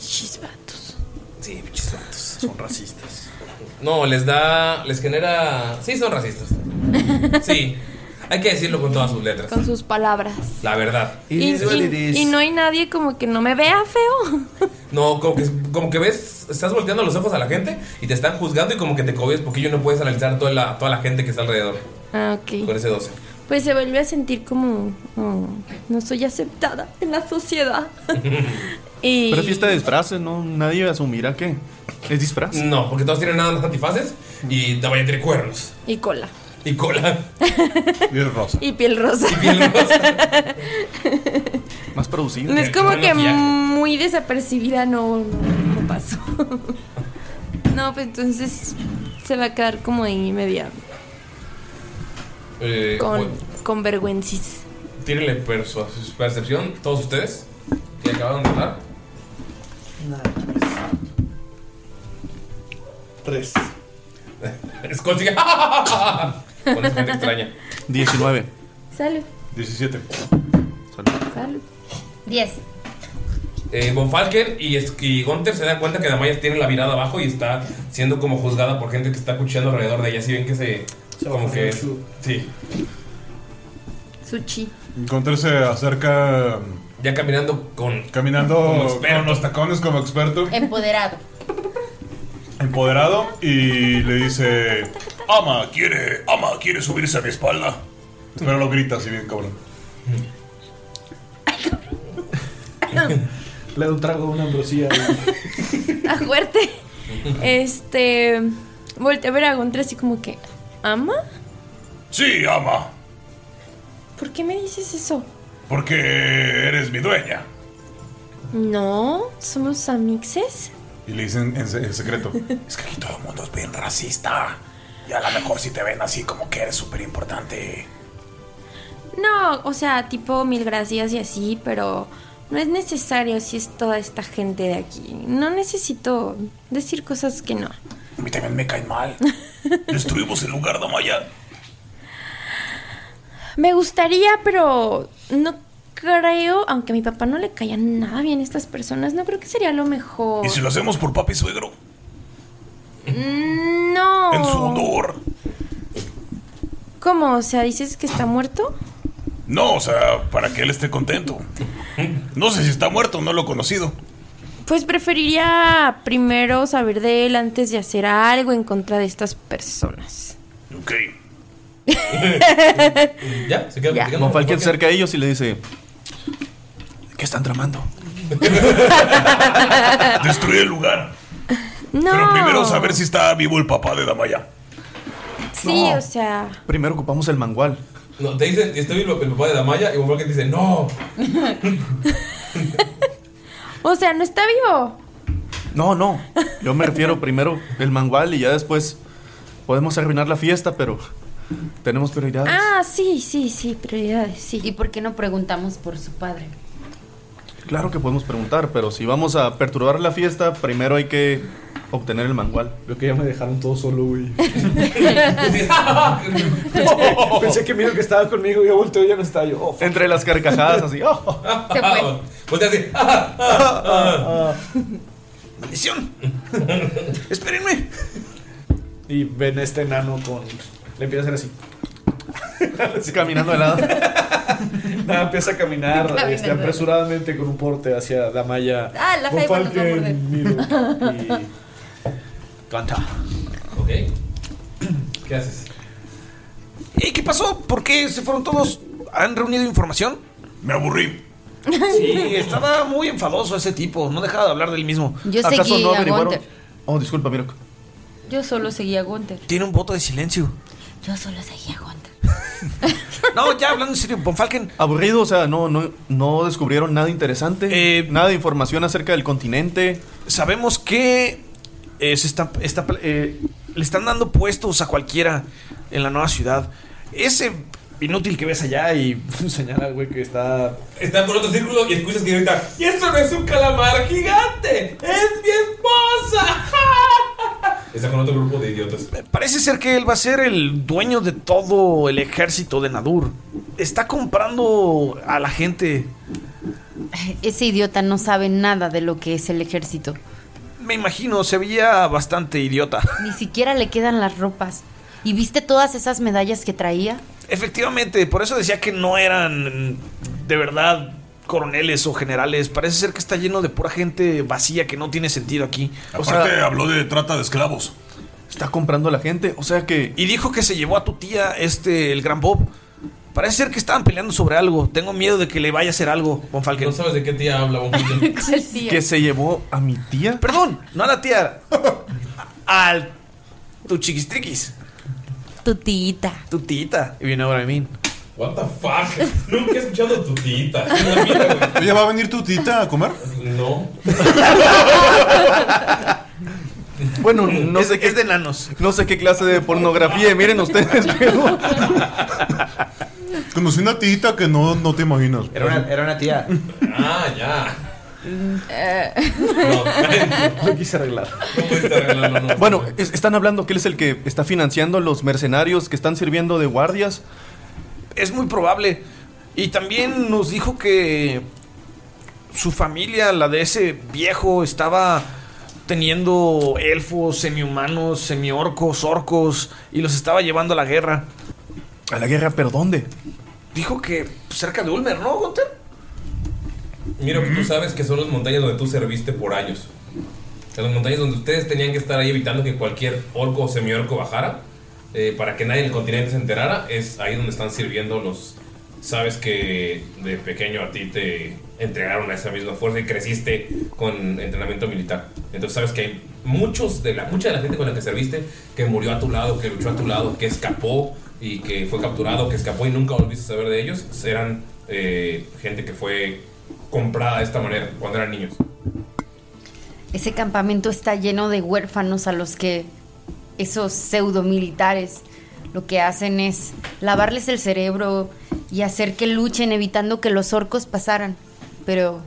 Chisbatos.
Sí, pinches vatos.
Son racistas.
No, les da. les genera. Sí, son racistas. Sí. Hay que decirlo con todas sus letras.
Con sus palabras.
La verdad.
Y, y- y no hay nadie como que no me vea feo.
No, como que, como que ves, estás volteando los ojos a la gente y te están juzgando y como que te cobias porque yo no puedes analizar toda la, toda la gente que está alrededor
Ah,
con
ok.
ese 12.
Pues se vuelve a sentir como. "Oh, no soy aceptada en la sociedad. Y.
Pero es fiesta de disfraces, ¿no? Nadie asumirá que es disfraz.
No, porque todos tienen nada más antifaces y te vaya a tener cuernos
Y cola.
y cola.
Y es rosa.
Y piel rosa.
Más producido.
Eh,
no es como que muy desapercibida, no, no, no pasó. no, pues entonces se va a quedar como ahí media.
Eh,
Con,
bueno,
con vergüencis.
tírenle persu- percepción, todos ustedes que acabaron de hablar.
Tres.
Es consigue. con esa gente extraña.
19.
Salud.
17.
10.
Eh, Von Falken y, es- y Gunther se dan cuenta que Damaya tiene la mirada abajo y está siendo como juzgada por gente que está cuchillando alrededor de ella. Si ven que se. como que. Sí.
Sushi.
Encontrarse acerca.
mm,
Ya caminando con.
Caminando
como experto.
con los tacones como experto.
Empoderado.
Empoderado. Y le dice. Ama, quiere. Ama, quiere subirse a mi espalda. Pero lo grita así bien, cabrón.
Le doy un trago de una ambrosía.
a fuerte. Este. Volteé a ver a Gontra así como que. ¿Ama?
Sí, ama.
¿Por qué me dices eso?
Porque eres mi dueña.
No, somos amixes.
Y le dicen en, se- en secreto. Es que aquí todo el mundo es bien racista. Y a lo mejor si te ven así como que eres súper importante.
No, o sea, tipo mil gracias y así, pero no es necesario si es toda esta gente de aquí. No necesito decir cosas que no.
A mí también me caen mal. Destruimos el lugar de Maya.
Me gustaría, pero no creo, aunque a mi papá no le caían nada bien estas personas, no creo que sería lo mejor.
¿Y si lo hacemos por papi suegro?
Mm, No.
En su honor.
¿Cómo? O sea, dices que está muerto.
No, o sea, para que él esté contento. No sé si está muerto, no lo he conocido.
Pues preferiría primero saber de él antes de hacer algo en contra de estas personas.
Ok.
ya, se queda
Ya.
platicando.
Mofalken acerca a ellos y le dice: ¿Qué están tramando?
Destruye el lugar.
No.
Pero primero saber si está vivo el papá de Damaya.
Sí,
No.
o sea.
Primero ocupamos el mangual.
No, te dicen, estoy el, el papá de Damaya y Mofalken dice, no.
O sea, no está vivo.
No, no. Yo me refiero primero el mangual y ya después podemos arruinar la fiesta, pero tenemos prioridades.
Ah, sí, sí, sí, prioridades, sí.
¿Y por qué no preguntamos por su padre?
Claro que podemos preguntar, pero si vamos a perturbar la fiesta, primero hay que obtener el mangual. Creo que ya me dejaron todo solo, güey.
Pensé que miro que estaba conmigo y yo volteo y ya no estaba yo. Oh,
Entre las carcajadas, así. oh.
Se fue. Voltea así.
¡Maldición! ¡Espérenme! Y ven a este enano con. Le empieza a hacer así.
Caminando de lado.
Nada, empieza a caminar
Caminando
este,
de lado.
apresuradamente con un porte hacia Damaya.
Ah, la jaiba nos va a
Gopalken,
morder.
Miru y- Canta.
Ok. ¿Qué haces?
Ey, Eh, ¿Qué pasó? ¿Por qué se fueron todos? ¿Han reunido información?
Me aburrí.
Sí, estaba muy enfadoso ese tipo. No dejaba de hablar del mismo.
Yo ¿Acaso seguí no a averiguaron? Gunther.
Oh, disculpa, Miro.
Yo solo seguía a Gunther.
Tiene un voto de silencio.
Yo solo seguía a Gunther.
No, ya hablando en serio, Bonfalken.
Aburrido, o sea, no, no, no descubrieron nada interesante.
Eh,
nada de información acerca del continente.
Sabemos que eh, se está- está- eh, le están dando puestos a cualquiera en la nueva ciudad. Ese inútil que ves allá y señala al güey que está.
Están por otro círculo y escuchas que grita, ¡Y eso no es un calamar gigante! ¡Es mi esposa! Está con otro grupo de idiotas.
Parece ser que él va a ser el dueño de todo el ejército de Nadur. Está comprando a la gente.
Ese idiota no sabe nada de lo que es el ejército.
Me imagino, se veía bastante idiota.
Ni siquiera le quedan las ropas. ¿Y viste todas esas medallas que traía?
Efectivamente, por eso decía que no eran mm, de verdad coroneles o generales. Parece ser que está lleno de pura gente vacía que no tiene sentido aquí.
Aparte, habló de trata de esclavos.
Está comprando a la gente, o sea que.
Y dijo que se llevó a tu tía, este, el gran Bob. Parece ser que estaban peleando sobre algo. Tengo miedo de que le vaya a hacer algo, Von Falken. No
sabes de qué tía habla, Von
Que se llevó a mi tía.
Perdón, no a la tía. Al. Tu chiquistriquis.
Tu tita.
Tu tita. Y viene ahora a mí.
What the fuck? Nunca he escuchado tu tita.
¿Ya va a venir tu tita a comer?
No.
Bueno, no sé qué. Es de
nanos.
No sé qué clase de pornografía, miren ustedes, pero.
Conocí una tita que no, no te imaginas.
Era una, era una tía.
Ah, ya.
Lo quise arreglar.
Bueno, es- están hablando que él es el que está financiando los mercenarios que están sirviendo de guardias.
Es muy probable. Y también nos dijo que su familia, la de ese viejo, estaba teniendo elfos, semihumanos, semiorcos, orcos, y los estaba llevando a la guerra.
¿A la guerra, pero dónde?
Dijo que cerca de Ulmer, ¿no, Gunther?
Mira, pues, tú sabes que son las montañas donde tú serviste por años. O sea, las montañas donde ustedes tenían que estar ahí evitando que cualquier orco o semiorco bajara eh, para que nadie en el continente se enterara. Es ahí donde están sirviendo los. Sabes que de pequeño a ti te entregaron a esa misma fuerza y creciste con entrenamiento militar. Entonces sabes que hay muchos de la, mucha de la gente con la que serviste que murió a tu lado, que luchó a tu lado, que escapó y que fue capturado, que escapó y nunca volviste a saber de ellos. Eran eh, gente que fue comprada de esta manera cuando eran niños.
Ese campamento está lleno de huérfanos a los que esos pseudo militares lo que hacen es lavarles el cerebro y hacer que luchen evitando que los orcos pasaran. Pero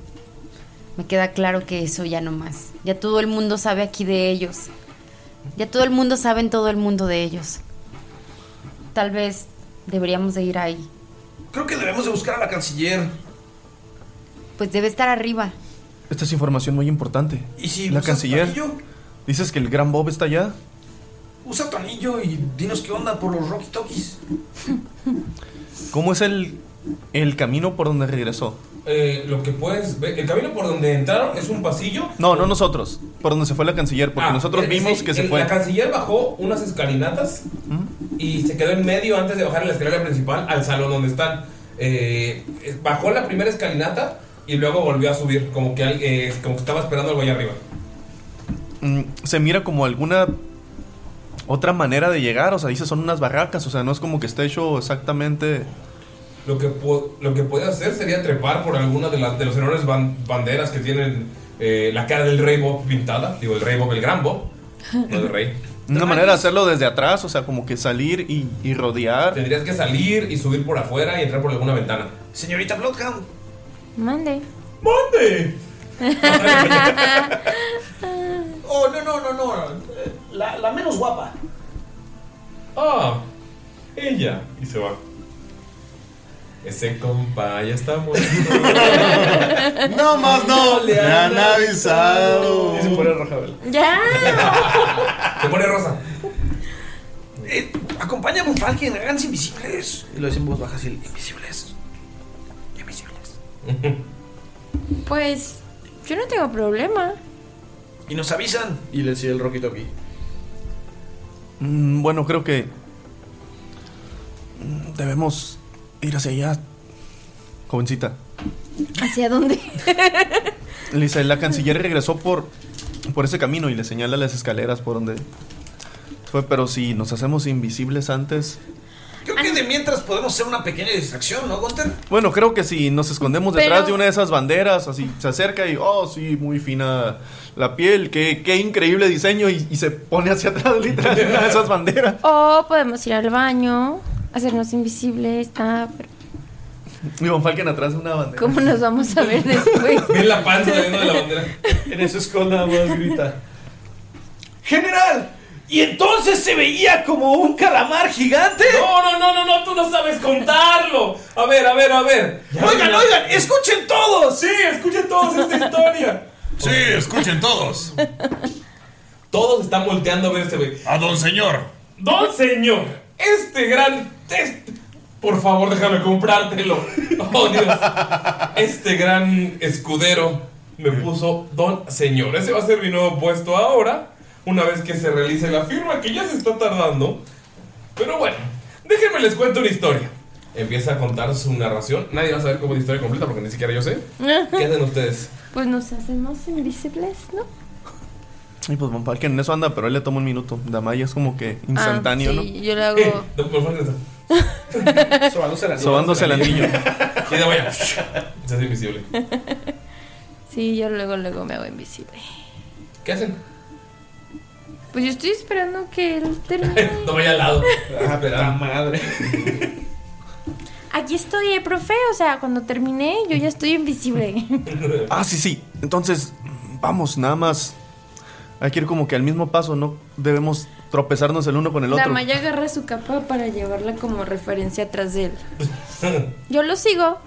me queda claro que eso ya no más. Ya todo el mundo sabe aquí de ellos. Ya todo el mundo sabe en todo el mundo de ellos. Tal vez deberíamos de ir ahí.
Creo que debemos de buscar a la canciller.
Pues debe estar arriba.
Esta es información muy importante.
¿Y si
la
usas
canciller?
anillo?
Dices que el gran Bob está allá.
Usa tu anillo y dinos qué onda por los Rocky Tokis.
¿Cómo es el, el camino por donde regresó?
eh, lo que puedes ver, el camino por donde entraron es un pasillo.
No, no nosotros. Por donde se fue la canciller, porque
Ah,
nosotros
es
vimos
decir,
que se
el-
fue.
La canciller bajó unas escalinatas y se quedó en medio antes de bajar en la escalera principal al salón donde están. Eh, eh, bajó la primera escalinata y luego volvió a subir, como que, al- eh, como que estaba esperando algo allá arriba.
Mm, se mira como alguna otra manera de llegar. O sea, dice son unas barracas. O sea, no es como que esté hecho exactamente.
Lo que, po- lo que puede hacer sería trepar por alguna de las de los enormes ban- banderas que tienen eh, la cara del rey Bob pintada. Digo, el rey Bob, el gran Bob, no el rey.
Una manera de hacerlo desde atrás. O sea, como que salir y, y rodear.
Tendrías que salir y subir por afuera y entrar por alguna ventana.
Señorita Bloodhound.
Mande.
¡Mande!
Oh, no, no, no, no. Eh, La, la menos guapa.
Ah, ella. Y se va. Ese compa ya está muerto.
No más no.
le
Me
han
han avisado.
Y se pone roja, ¿verdad?
Ya.
Se pone rosa.
Acompáñame a alguien, háganse invisibles. Y lo dicen en voz baja así, invisibles. Invisibles.
Pues yo no tengo problema.
Y nos avisan.
Y le sigue el roquito aquí.
Mm, bueno, creo que. mm, Debemos ir hacia allá. Jovencita.
¿Hacia dónde?
Le dice, la canciller regresó por, por ese camino y le señala las escaleras por donde fue, pero si nos hacemos invisibles antes...
Creo que de mientras podemos hacer una pequeña distracción, ¿no, Gunter?
Bueno, creo que si nos escondemos detrás
Pero-
de una de esas banderas, así se acerca y, oh, sí, muy fina la piel, qué, qué increíble diseño y, y se pone hacia atrás literal de una de esas banderas.
O podemos ir al baño, hacernos invisibles. Ah, pero
Y Von Falken atrás de una bandera.
¿cómo nos vamos a ver después?
Ve la panza saliendo de la bandera.
En eso es con nada más grita.
¡General! ¿Y entonces se veía como un calamar gigante?
No, no, no, no, no, tú no sabes contarlo. A ver, a ver, a ver.
oigan, oigan, escuchen todos.
Sí, escuchen todos esta historia.
Sí, escuchen todos.
Todos están volteando a verse, güey.
A don señor.
Don señor, este gran. este- por favor, déjame comprártelo. Oh, Dios. Este gran escudero me puso Don señor. Ese va a ser mi nuevo puesto ahora. Una vez que se realice la firma, que ya se está tardando. Pero bueno, déjenme les cuento una historia. Empieza a contar su narración. Nadie va a saber cómo es la historia completa porque ni siquiera yo sé. ¿Qué hacen ustedes?
Pues nos hacemos invisibles, ¿no?
Y pues Von Falken en eso anda, pero él le toma un minuto. Damaya es como que instantáneo,
Ah, sí, Yo lo hago.
¿no? Don Porfano está
Sobándose el anillo.
Sobándose el anillo.
Y de vaya. Se hace invisible.
Sí, yo luego, luego me hago invisible.
¿Qué hacen?
Pues yo estoy esperando que él termine.
No vaya al lado.
La madre.
Aquí estoy, eh, profe. O sea, cuando terminé, yo ya estoy invisible.
Ah, sí, sí. Entonces, vamos, nada más. Hay que ir como que al mismo paso, no debemos tropezarnos el uno con el
La
otro.
Maya agarra su capa para llevarla como referencia atrás de él. Yo lo sigo.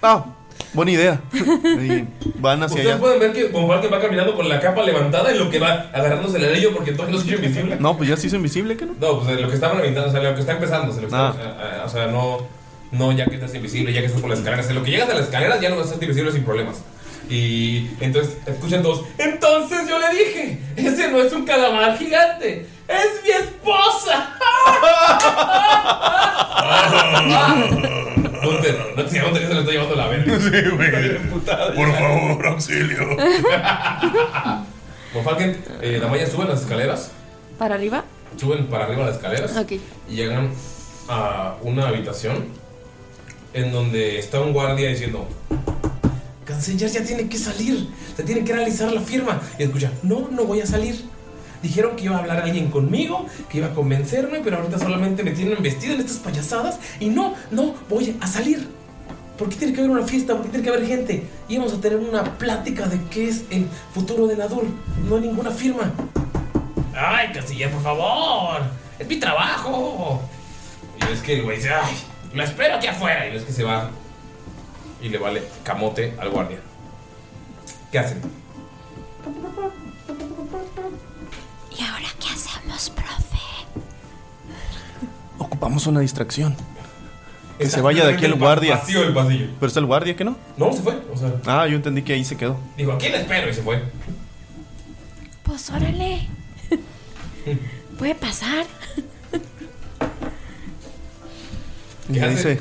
Ah, buena idea. Y van hacia
Ustedes
allá.
pueden ver que Von Falken va caminando con la capa levantada en lo que va agarrándose el anillo porque entonces no se quiere invisible.
No, pues ya se hizo invisible, ¿qué no?
No, pues en lo que estaban levantando, o sea, lo que está empezando. se lo que
Ah.
está- eh, o sea, no, no ya que estás invisible, ya que estás por las escaleras. En lo que llegas a las escaleras ya no vas a ser invisible sin problemas. Y entonces escuchan todos. Entonces yo le dije, ese no es un calamar gigante, es mi esposa. Gunter, no te Gunter, ya se le está llevando la verga. Sí, güey. Por favor, auxilio. Por Falken, eh, la malla sube las escaleras,
¿Para arriba?
suben para arriba las escaleras
Ok.
y llegan a una habitación en donde está un guardia diciendo Canciller ya tiene que salir, se tiene que realizar la firma. Y escucha, no, no voy a salir. Dijeron que iba a hablar alguien conmigo, que iba a convencerme, pero ahorita solamente me tienen vestido en estas payasadas y no, no voy a salir. ¿Por qué tiene que haber una fiesta? ¿Por qué tiene que haber gente? Y vamos a tener una plática de qué es el futuro de Nadur. No hay ninguna firma. ¡Ay, Canciller, por favor! ¡Es mi trabajo! Y es que el güey dice, ¡ay! Lo espero aquí afuera. Y es que se va y le vale camote al guardia. ¿Qué hacen?
¿Y ahora qué hacemos, profe?
Ocupamos una distracción. Que se vaya de aquí el guardia.
Vacío el pasillo.
Pero está el guardia, ¿qué no?
No, se fue. O sea,
Ah, yo entendí que ahí se quedó.
dijo, aquí le espero y se fue.
Pues órale. ¿Puede pasar?
Y le dice,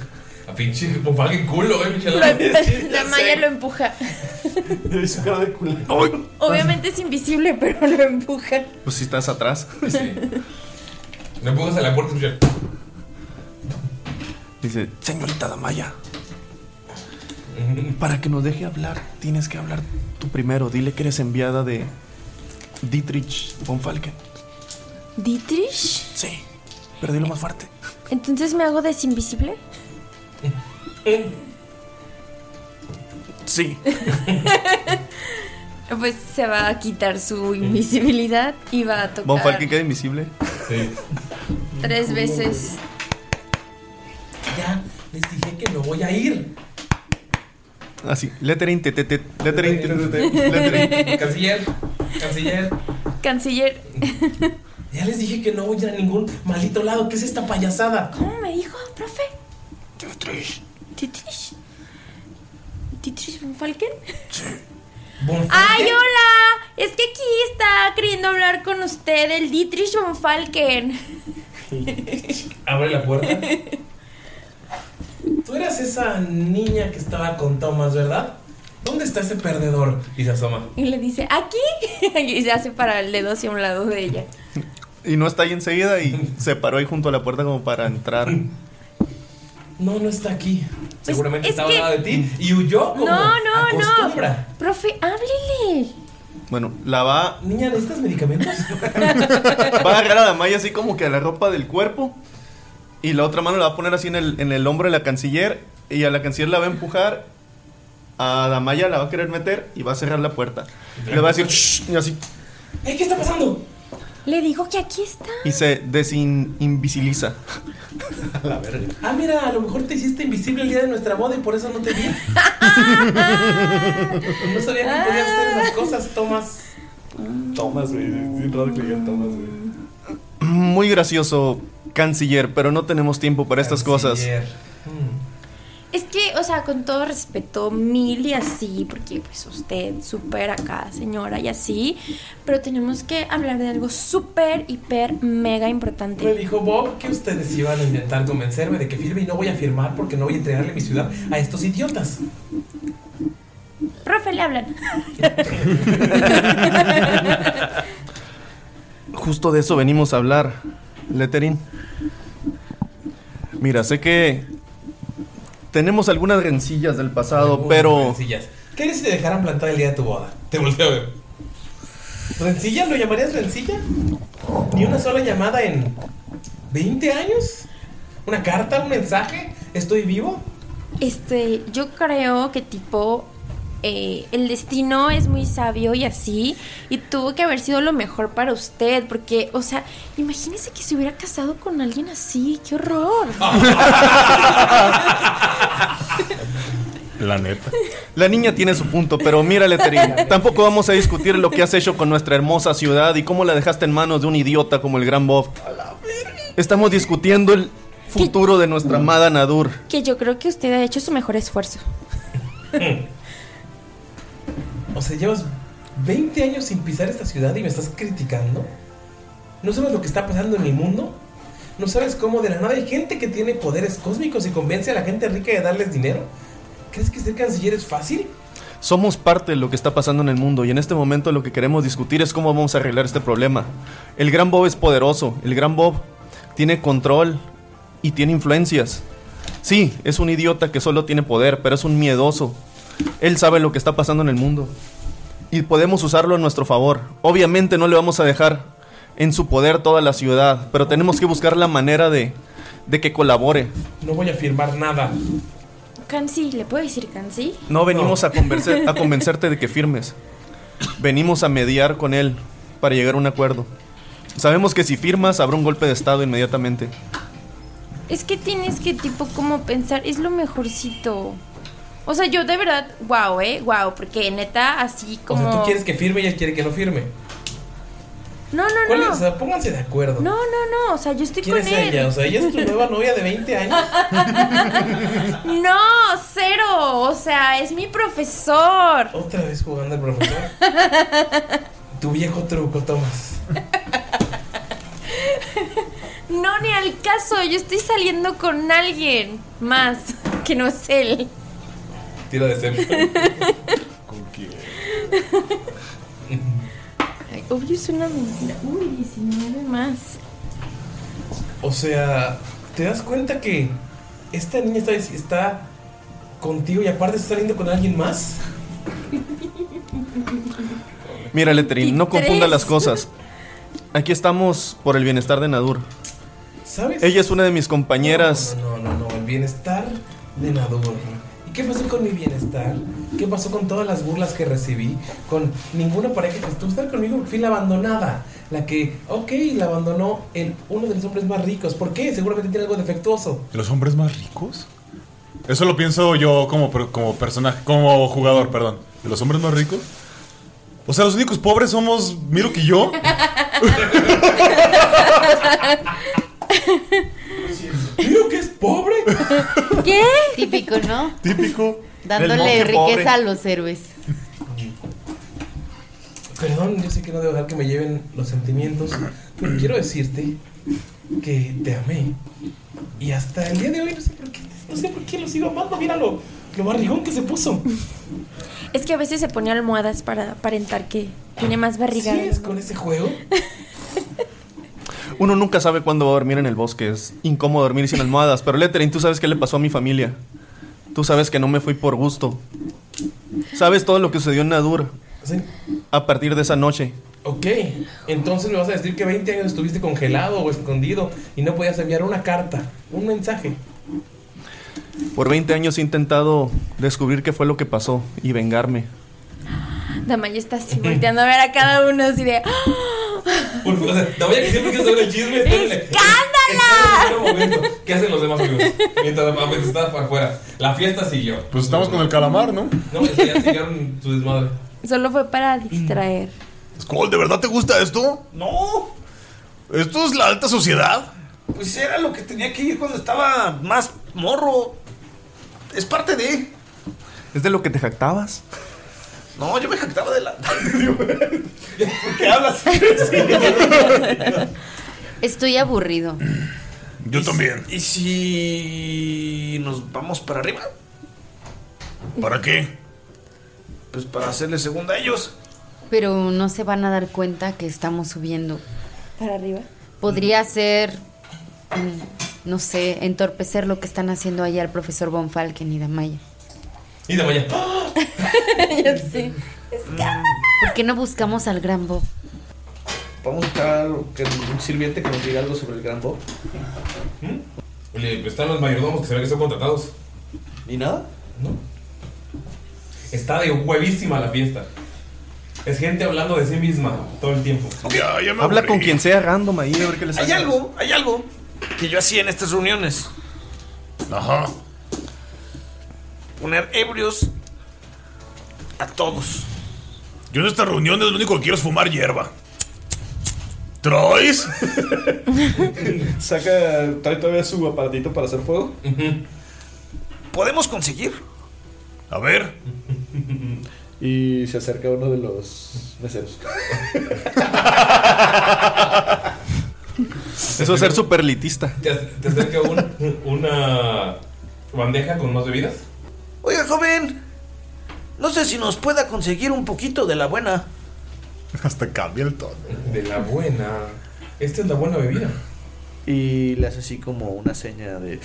A pinche Volkswagen culo, eh, pinche
La,
ladrón.
la Maya lo empuja.
Debe su cara de culo.
Obviamente es invisible, pero lo empuja.
Pues si estás atrás.
Me empujas a la puerta y escuchas,
Dice, señorita Damaya, para que nos deje hablar, tienes que hablar tú primero. Dile que eres enviada de Dietrich von Falken.
¿Dietrich?
Sí. Pero dilo más fuerte.
Entonces me hago desinvisible.
Sí.
Pues se va a quitar su invisibilidad y va a
Von
tocar
Falken queda invisible. Sí.
tres veces.
Ya, les dije que no voy a ir.
Así, lettering, te, te, te, lettering, te, te, te, lettering.
Canciller, canciller.
Canciller.
Ya les dije que no voy a ir a ningún maldito lado. ¿Qué es esta payasada?
¿Cómo me dijo, profe? ¿Titrish? ¿Titrish von Falken? ¡Ay, hola! Es que aquí está queriendo hablar con usted el Dietrich von Falken.
Abre la puerta. Tú eras esa niña que estaba con Thomas, ¿verdad? ¿Dónde está ese perdedor? Y se asoma.
Y le dice, ¿aquí? Y se hace para el dedo hacia un lado de ella.
Y no está ahí enseguida y se paró ahí junto a la puerta como para entrar.
No, no está aquí. Seguramente
Pues, es
estaba
que-
al lado de ti y huyó como
No, no,
acostumbra.
no. Profe, háblele.
Bueno, la va.
Niña, ¿necesitas medicamentos?
Va a agarrar a Damaya así como que a la ropa del cuerpo. Y la otra mano la va a poner así en el, en el hombro de la canciller. Y a la canciller la va a empujar. A Damaya la va a querer meter y va a cerrar la puerta. Le va a decir "Shh", y así.
Ey, ¿Qué está pasando?
Le dijo que aquí está.
Y se desinvisibiliza. la verga.
Ah, mira, a lo mejor te hiciste invisible el día de nuestra boda y por eso no te vi. No sabía que podías hacer esas cosas, Thomas.
Tomas, güey. Sin raro que digan Tomas, güey.
Muy gracioso, canciller, pero no tenemos tiempo para estas cosas.
Es que, o sea, con todo respeto, mil y así, porque pues usted súper acá, señora, y así, pero tenemos que hablar de algo súper, hiper, mega importante.
Me dijo Bob que ustedes iban a intentar convencerme de que firme y no voy a firmar porque no voy a entregarle mi ciudad a estos idiotas.
Profe, le hablan.
Justo de eso venimos a hablar, Leterín. Mira, sé que tenemos algunas rencillas del pasado, pero
Rencillas. ¿Qué harías si te dejaran plantar el día de tu boda? Te volteo a ver. ¿Rencilla? ¿Lo llamarías rencilla? ¿Ni una sola llamada en 20 años? ¿Una carta? ¿Un mensaje? ¿Estoy vivo?
Este, yo creo que tipo, eh, el destino es muy sabio y así, y tuvo que haber sido lo mejor para usted, porque, o sea, imagínese que se hubiera casado con alguien así, qué horror.
La neta. La niña tiene su punto, pero mira, Leterín, tampoco vamos a discutir lo que has hecho con nuestra hermosa ciudad y cómo la dejaste en manos de un idiota como el Gran Bob. Estamos discutiendo el futuro de nuestra amada Nadur.
que yo creo que usted ha hecho su mejor esfuerzo.
O sea, llevas 20 años sin pisar esta ciudad y me estás criticando. ¿No sabes lo que está pasando en mi mundo? ¿No sabes cómo de la nada hay gente que tiene poderes cósmicos y convence a la gente rica de darles dinero? ¿Crees que ser canciller es fácil?
Somos parte de lo que está pasando en el mundo y en este momento lo que queremos discutir es cómo vamos a arreglar este problema. El Gran Bob es poderoso, el Gran Bob tiene control y tiene influencias. Sí, es un idiota que solo tiene poder, pero es un miedoso. Él sabe lo que está pasando en el mundo y podemos usarlo a nuestro favor. Obviamente no le vamos a dejar en su poder toda la ciudad, pero tenemos que buscar la manera de, de que colabore.
No voy a firmar nada.
Kansi, ¿le puedo decir Kansi?
No venimos A, convencer- a convencerte de que firmes. Venimos a mediar con él para llegar a un acuerdo. Sabemos que si firmas habrá un golpe de estado inmediatamente.
Es que tienes que tipo como pensar, es lo mejorcito. O sea, yo de verdad, wow, eh, wow, porque neta, así
O
como...
sea, tú quieres que firme y él quiere que no firme.
No, no,
¿Cuál es?
no.
O sea, pónganse de acuerdo.
No, no, no. O sea, yo estoy
¿Quién
con
es
él.
ella? O sea, ella es tu nueva novia de 20 años.
No, cero. O sea, es mi profesor.
Otra vez jugando al profesor. Tu viejo truco, Tomás.
No, ni al caso. Yo estoy saliendo con alguien más que no es él.
Tira de ser.
Ay, obvio es una mentira. Uy, 19 más.
O sea, ¿te das cuenta que esta niña está, está contigo y aparte está saliendo con alguien más?
Mira, Letterin, no confunda
tres.
las cosas. Aquí estamos por el bienestar de Nadur.
¿Sabes?
Ella es una de mis compañeras.
No, no, no, el bienestar de Nadur. ¿Y qué pasó con mi bienestar? ¿Qué pasó con todas las burlas que recibí? Con ninguna pareja que estuvo estar conmigo, fui la abandonada. La que, ok, la abandonó el, uno de los hombres más ricos. ¿Por qué? Seguramente tiene algo defectuoso.
¿Los hombres más ricos? Eso lo pienso yo como, per- como personaje, como jugador, perdón. ¿Los hombres más ricos? O sea, los únicos pobres somos Miro que yo.
¿Miro que es pobre?
¿Qué? Típico, ¿no?
Típico.
Dándole
Del monje
riqueza
pobre.
a los héroes.
Perdón, yo sé que no debo dejar que me lleven los sentimientos, pero quiero decirte que te amé. Y hasta el día de hoy no sé por qué, no sé por qué lo sigo amando. Míralo, lo barrigón que se puso.
Es que a veces se pone almohadas para aparentar que tiene más barriga.
¿Sigues con ese juego?
Uno nunca sabe cuándo va a dormir en el bosque. Es incómodo dormir sin almohadas. Pero Letterin, tú sabes qué le pasó a mi familia. Tú sabes que no me fui por gusto. Sabes todo lo que sucedió en Nadur. A partir de esa noche.
Ok, entonces me vas a decir que 20 años estuviste congelado o escondido y no podías enviar una carta, un mensaje.
Por 20 años he intentado descubrir qué fue lo que pasó y vengarme.
Damaya está así volteando a ver a cada uno así de. ¡Ah!
Por favor, o sea, la vaya que siempre quiere saber el chisme. está en el- ¿Qué hacen los demás amigos? Mientras la mamá está para afuera. La fiesta siguió.
Pues estamos con el calamar, ¿no?
No, es que ya siguieron su desmadre.
Solo fue para distraer.
Skull, ¿de verdad te gusta esto?
No.
¿Esto es la alta sociedad?
Pues era lo que tenía que ir cuando estaba más morro. Es parte de.
¿Es de lo que te jactabas?
No, yo me jactaba de la. ¿Por qué hablas?
Estoy aburrido.
Yo también.
¿Y si nos vamos para arriba?
¿Para qué?
Pues para hacerle segunda a ellos.
Pero no se van a dar cuenta que estamos subiendo.
Para arriba.
Podría ser, mm, no sé, entorpecer lo que están haciendo allá el profesor Von Falken y Damaya.
Y de mañana.
ya sé.
Mm,
¿Por qué no buscamos al gran Bob?
Vamos a buscar que un sirviente que nos diga algo sobre el gran Bob.
Le ¿Mm? pues están los mayordomos que se ve que son contratados. ¿Y nada? No. Está de huevísima la fiesta. Es gente hablando de sí misma todo el tiempo.
Habla con quien sea random ahí a ver qué les
Hay algo, hay algo que yo hacía en estas reuniones.
Ajá.
Poner ebrios a todos.
Yo en estas reuniones lo único que quiero es fumar hierba. ¿Trois?
Saca, trae todavía su aparatito para hacer fuego.
¿Podemos conseguir?
A ver.
Y se acerca uno de los meseros.
Eso es ser super litista.
Te, te acerca un- una bandeja con más bebidas.
Oiga, joven. No sé si nos pueda conseguir un poquito de la buena.
Hasta cambia el tono.
De la buena. Esta es la buena bebida.
Y le hace así como una seña de.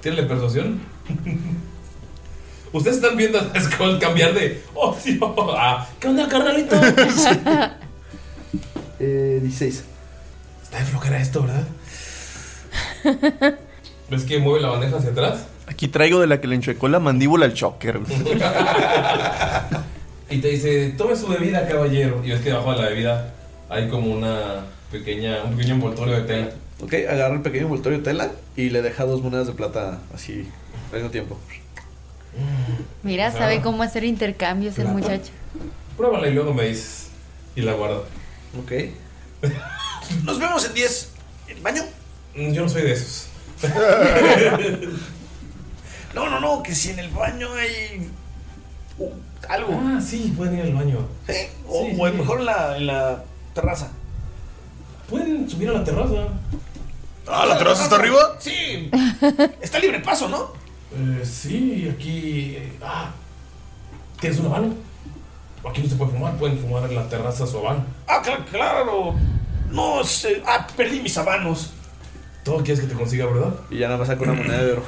Tírale persuasión. Ustedes están viendo a Skull cambiar de oh, ocio a ¿Qué onda, carnalito?
Eh, 16.
Está de flojera esto, ¿verdad? ¿Ves que mueve la bandeja hacia atrás?
Aquí traigo de la que le enchuecó la mandíbula al choker.
Y te dice, tome su bebida, caballero. Y ves que debajo de la bebida hay como una pequeña, un pequeño envoltorio de tela.
Ok, agarra el pequeño envoltorio de tela y le deja dos monedas de plata así al mismo tiempo.
Mira,
Ah.
sabe cómo hacer intercambios el muchacho.
Pruébala y luego me dices. Y la guardo.
Ok. Nos vemos en 10. ¿El baño?
Mm, Yo no soy de esos.
No, no, no, que si en el baño hay uh, algo.
Ah, sí, pueden ir al baño.
Sí, o, o a lo mejor en la, en la terraza.
Pueden subir a la terraza.
Ah, ¿la terraza está arriba? Sí. Está libre paso, ¿no?
Eh, sí, aquí. eh, ah, ¿tienes un habano? Aquí no se puede fumar, pueden fumar en la terraza su habano.
Ah, cl- claro. No sé. Ah, perdí mis habanos.
Todo quieres que te consiga, ¿verdad?
Y ya nada más saca una moneda de oro.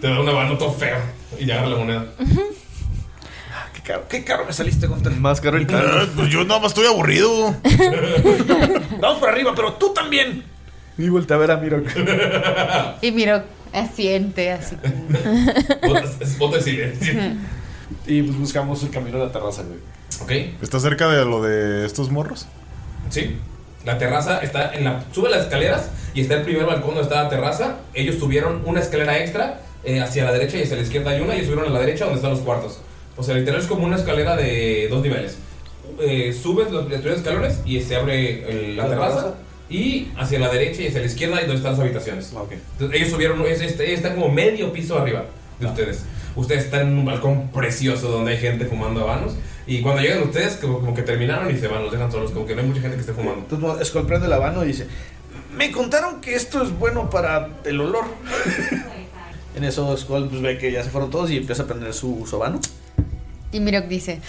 Te da un habano todo feo. Y ya agarra la moneda.
Ah, Qué caro, qué caro me saliste contra Más caro el
Ah, pues yo nada más estoy aburrido.
Vamos para arriba, pero tú también. Y voltea a ver a Miro.
Y miro, asiente, así como.
Es voto de silencio.
Y pues buscamos el camino a la terraza, güey.
Ok.
¿Está cerca de lo de estos morros?
Sí. La terraza está en la. Sube las escaleras y está el primer balcón donde está la terraza. Ellos tuvieron una escalera extra eh, hacia la derecha y hacia la izquierda hay una. Y subieron a la derecha donde están los cuartos. O sea, literal es como una escalera de dos niveles. Eh, subes los primeros escalones y se abre el- la,
La
terraza,
terraza.
Y hacia la derecha y hacia la izquierda hay donde están las habitaciones. Entonces, ellos subieron. es- es- ellos están como medio piso arriba de ustedes. Ustedes están en un balcón precioso donde hay gente fumando habanos. Y cuando llegan ustedes, como, como que terminaron y se van, los dejan solos. Como que no hay mucha gente que esté fumando.
Entonces escolprende el habano y dice: Me contaron que esto es bueno para el olor. en eso Skull pues, ve que ya se fueron todos y empieza a prender su sobano.
Y miro dice,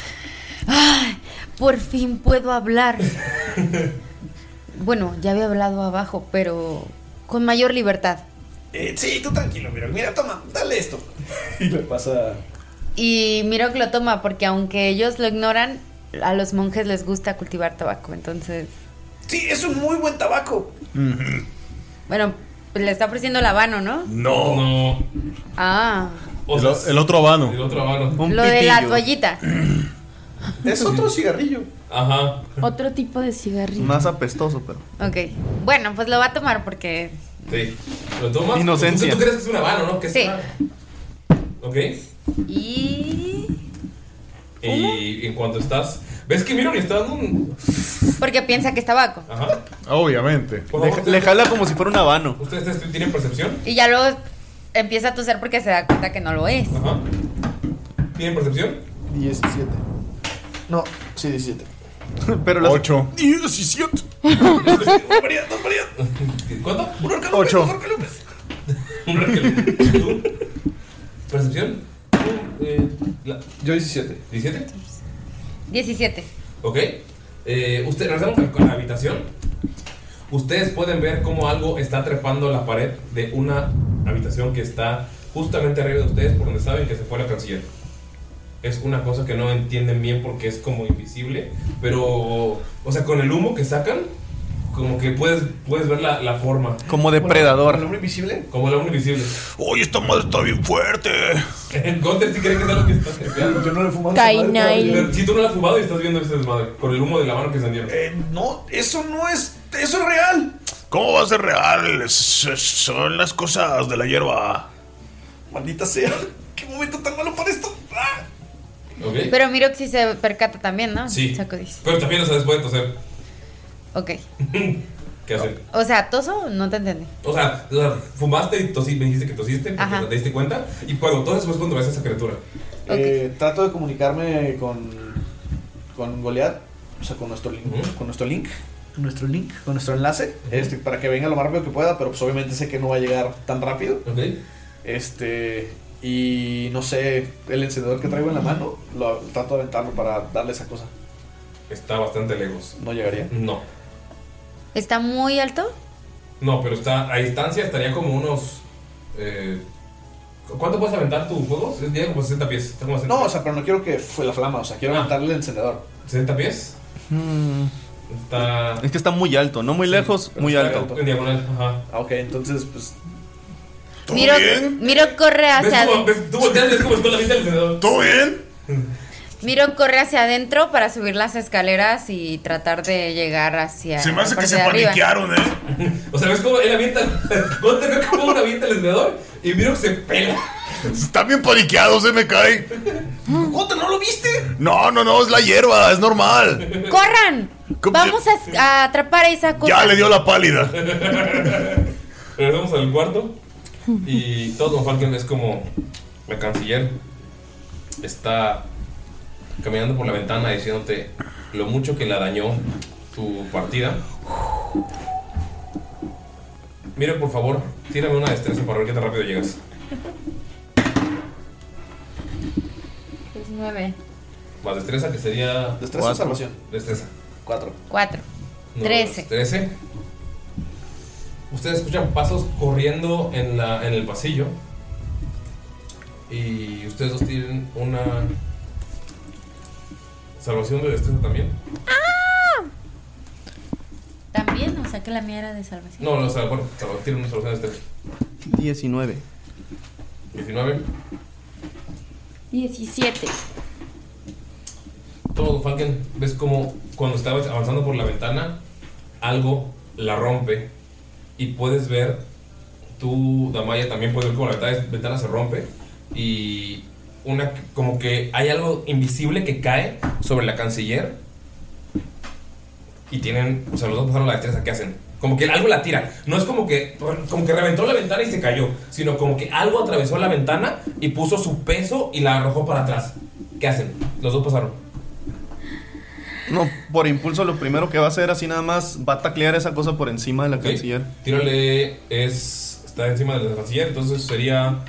¡ay! Por fin puedo hablar. bueno, ya había hablado abajo, pero con mayor libertad.
Eh, sí, tú tranquilo, Miro. Mira, toma, dale esto. y le pasa.
Y Mirok lo toma porque aunque ellos lo ignoran, a los monjes les gusta cultivar tabaco, entonces...
Sí, es un muy buen tabaco.
Bueno, pues le está ofreciendo el habano, ¿no?
No.
No.
Ah,
El, el otro habano.
El otro habano.
lo de la toallita.
Es otro cigarrillo.
Ajá.
Otro tipo de cigarrillo.
Más apestoso, pero.
Ok, bueno, pues lo va a tomar porque...
Sí. ¿Lo tomas?
Inocencia.
¿Tú, tú crees que es una habano, no? Que es
Sí,
una- Ok.
y...
Y en cuanto estás. ¿Ves que Miron está dando un.
Porque piensa que es tabaco.
Ajá.
Obviamente.
Le,
jala como si fuera un habano.
¿Ustedes tres tienen percepción?
Y ya luego empieza a toser porque se da cuenta que no lo es.
Ajá. ¿Tienen percepción?
17. No, sí, 17.
Pero
las...
8.
17.
¿Cuánto? Un orca
8.
Un orca ¿Tú? ¿Percepción? Tú, eh, la-
Yo 17.
¿17?
17.
Ok. Eh, usted, regresamos a- con la habitación. Ustedes pueden ver cómo algo está trepando la pared de una habitación que está justamente arriba de ustedes por donde saben que se fue la canciller. Es una cosa que no entienden bien porque es como invisible, pero, o sea, con el humo que sacan, como que puedes, puedes ver la, la forma.
Como
depredador.
¿El hombre invisible?
Como el hombre invisible.
¡Uy, esta madre está bien fuerte!
Gunter sí cree que es algo que está trepeando.
Yo no le he fumado.
Kainai.
Pero Si tú no la has fumado y estás viendo ese desmadre, con el humo de la mano que se andieron.
No, eso no es. Eso es real.
¿Cómo va a ser real? Es- es- son las cosas de la hierba.
Maldita sea. Qué momento tan malo para esto.
Ok.
Pero Mirok sí se percata también, ¿no?
Sí.
Sacudís.
Pero también, o sea, después de toser,
Ok.
¿qué hacer?
O sea, ¿toso? No te entendí.
O sea, o sea, fumaste y tosí, me dijiste que tosiste, porque
Ajá.
te diste cuenta. Y cuando toses fue cuando ves a esa criatura.
Eh, trato de comunicarme con, con Goliath, o sea, con nuestro link,
Ujú.
con nuestro link, con nuestro link, con nuestro enlace, este, para que venga lo más rápido que pueda, pero pues obviamente sé que no va a llegar tan rápido. Este, y no sé, el encendedor que traigo en la mano, lo trato de aventarlo para darle esa cosa.
Está bastante lejos.
No llegaría.
No.
¿Está muy alto?
No, pero está a distancia estaría como unos. eh, ¿Cuánto puedes aventar tus juegos? Es tiene como 60 pies. Está como a 60.
No, o sea, pero no quiero que fue la flama, o sea, quiero aventarle el encendedor.
¿60 Ah. pies?
Mm.
Ah. Está.
Es que está muy alto, no muy lejos, muy alto.
En diagonal, ajá.
Ah, ok, entonces, pues.
Mirok, Mirok corre
¿Ves
hacia
cómo,
adentro.
ves, tú volteas y ves cómo está la vista del alrededor.
¿Todo bien?
Mirok corre hacia adentro para subir las escaleras y tratar de llegar hacia.
Se me hace
la parte
que se
de arriba.
paniquearon, ¿eh?
O sea, ves cómo él avienta. Gunter ve cómo uno avienta el encendedor y miro que se pela.
Están bien paniqueados,
eh,
se me cae.
¡Jota, no lo viste!
No, no, no, es la hierba, es normal.
¡Corran! Vamos a, a atrapar a esa cosa.
Ya Ah, le dio la pálida.
Regresamos al cuarto y todo Don Falken es como la canciller. Está caminando por la ventana diciéndote lo mucho que la dañó tu partida. Mira, por favor, tírame una destreza para ver qué tan rápido llegas.
Es nueve.
Más destreza que sería.
Destreza o
Cuatro.
salvación.
Destreza.
Cuatro.
Cuatro.
No,
Trece.
Trece. Ustedes escuchan pasos corriendo en, la, en el pasillo. Y ustedes dos tienen una. Salvación de destreza también.
¡Ah!
También, o sea que la mía era de salvación.
No, no, sal- bueno, salvación, tienen una salvación de destreza.
19.
19.
17.
Todo Falken, ves como cuando estabas avanzando por la ventana, algo la rompe y puedes ver, tú, Damaya, también puedes ver cómo la ventana, ventana se rompe y una como que hay algo invisible que cae sobre la canciller y tienen, o sea, los dos pasaron la destreza, ¿qué hacen? Como que algo la tira, no es como que como que reventó la ventana y se cayó, sino como que algo atravesó la ventana y puso su peso y la arrojó para atrás. ¿Qué hacen? Los dos pasaron.
No, por impulso lo primero que va a hacer así nada más va a taclear esa cosa por encima de la canciller.
Tírale es. Está encima del canciller, entonces sería.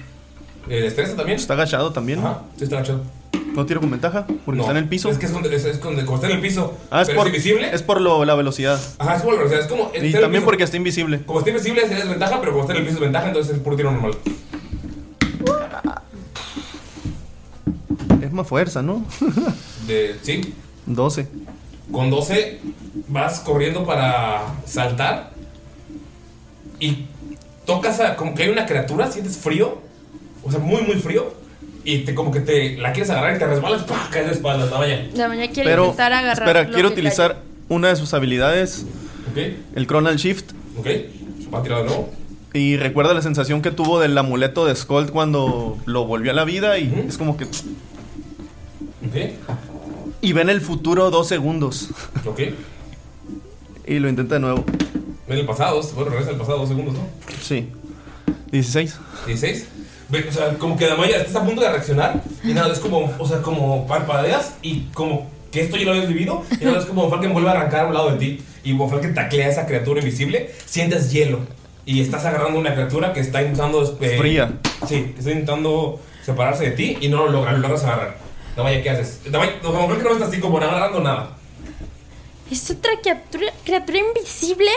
eh, destreza también.
Está agachado también.
Sí, está agachado.
¿No tiro con ventaja? Porque
No,
está en el piso.
Es que es, donde, es, es donde- como está en el piso.
Ah, es
pero
por,
es invisible.
es por lo- la velocidad.
Ajá, es por- o sea, es como- está en
Y
el
también
piso.
porque está invisible.
Como está invisible es desventaja, pero como está en el piso es ventaja, entonces es puro tiro normal.
Es más fuerza, ¿no?
De, sí.
12.
Con 12 vas corriendo para saltar y tocas a, como que hay una criatura, sientes frío, o sea, muy muy frío y te como que te la quieres agarrar y te resbalas, ¡pah! caes de espalda, vaya.
La mañana quiere
Pero,
intentar agarrar.
espera,
lo
quiero
que
utilizar una de sus habilidades.
Ok.
El Chronal Shift.
Ok, va a tirar de nuevo.
Y recuerda la sensación que tuvo del amuleto de Skold cuando lo volvió a la vida y es como que...
Ok,
Y ven el futuro dos segundos.
ok.
Y lo intenta de nuevo.
Ven el pasado, bueno, regresa al pasado dos segundos, ¿no?
Sí. 16.
16. Ve, o sea, como que Damaya estás a punto de reaccionar y nada, es como, o sea, como parpadeas y como que esto ya lo habías vivido y nada, es como Von Falken vuelve a arrancar a un lado de ti y Von Falken taclea a esa criatura invisible, sientes hielo y estás agarrando una criatura que está intentando... eh,
Fría.
Sí, que está intentando separarse de ti y no lo logra, lo logras agarrar. Damaya, ¿qué haces? Damaya, Von Falken no está así como agarrando nada.
¿Es otra criatura, criatura invisible?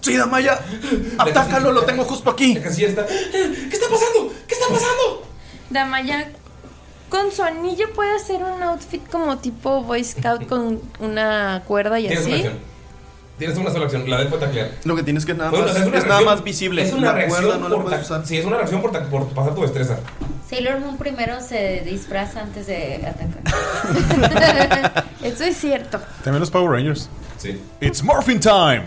Sí, Damaya.
Atácalo,
lo tengo justo aquí.
Así está. ¿Qué está pasando? ¿Qué está pasando?
Damaya, con su anillo puede hacer un outfit como tipo Boy Scout con una cuerda y
Tienes una
así.
acción. Tienes una sola acción, la de fue taclear.
Lo que tienes que nada
Bueno,
más...
o sea,
es
una
nada
reacción-
más visible.
Es una
La cuerda
reacción
no la
por
puedes
ta- Sí, es una reacción por, ta- por pasar tu destreza.
Sailor Moon primero se disfraza antes de atacar.
Eso es cierto.
También los Power Rangers.
Sí.
It's Morphin Time.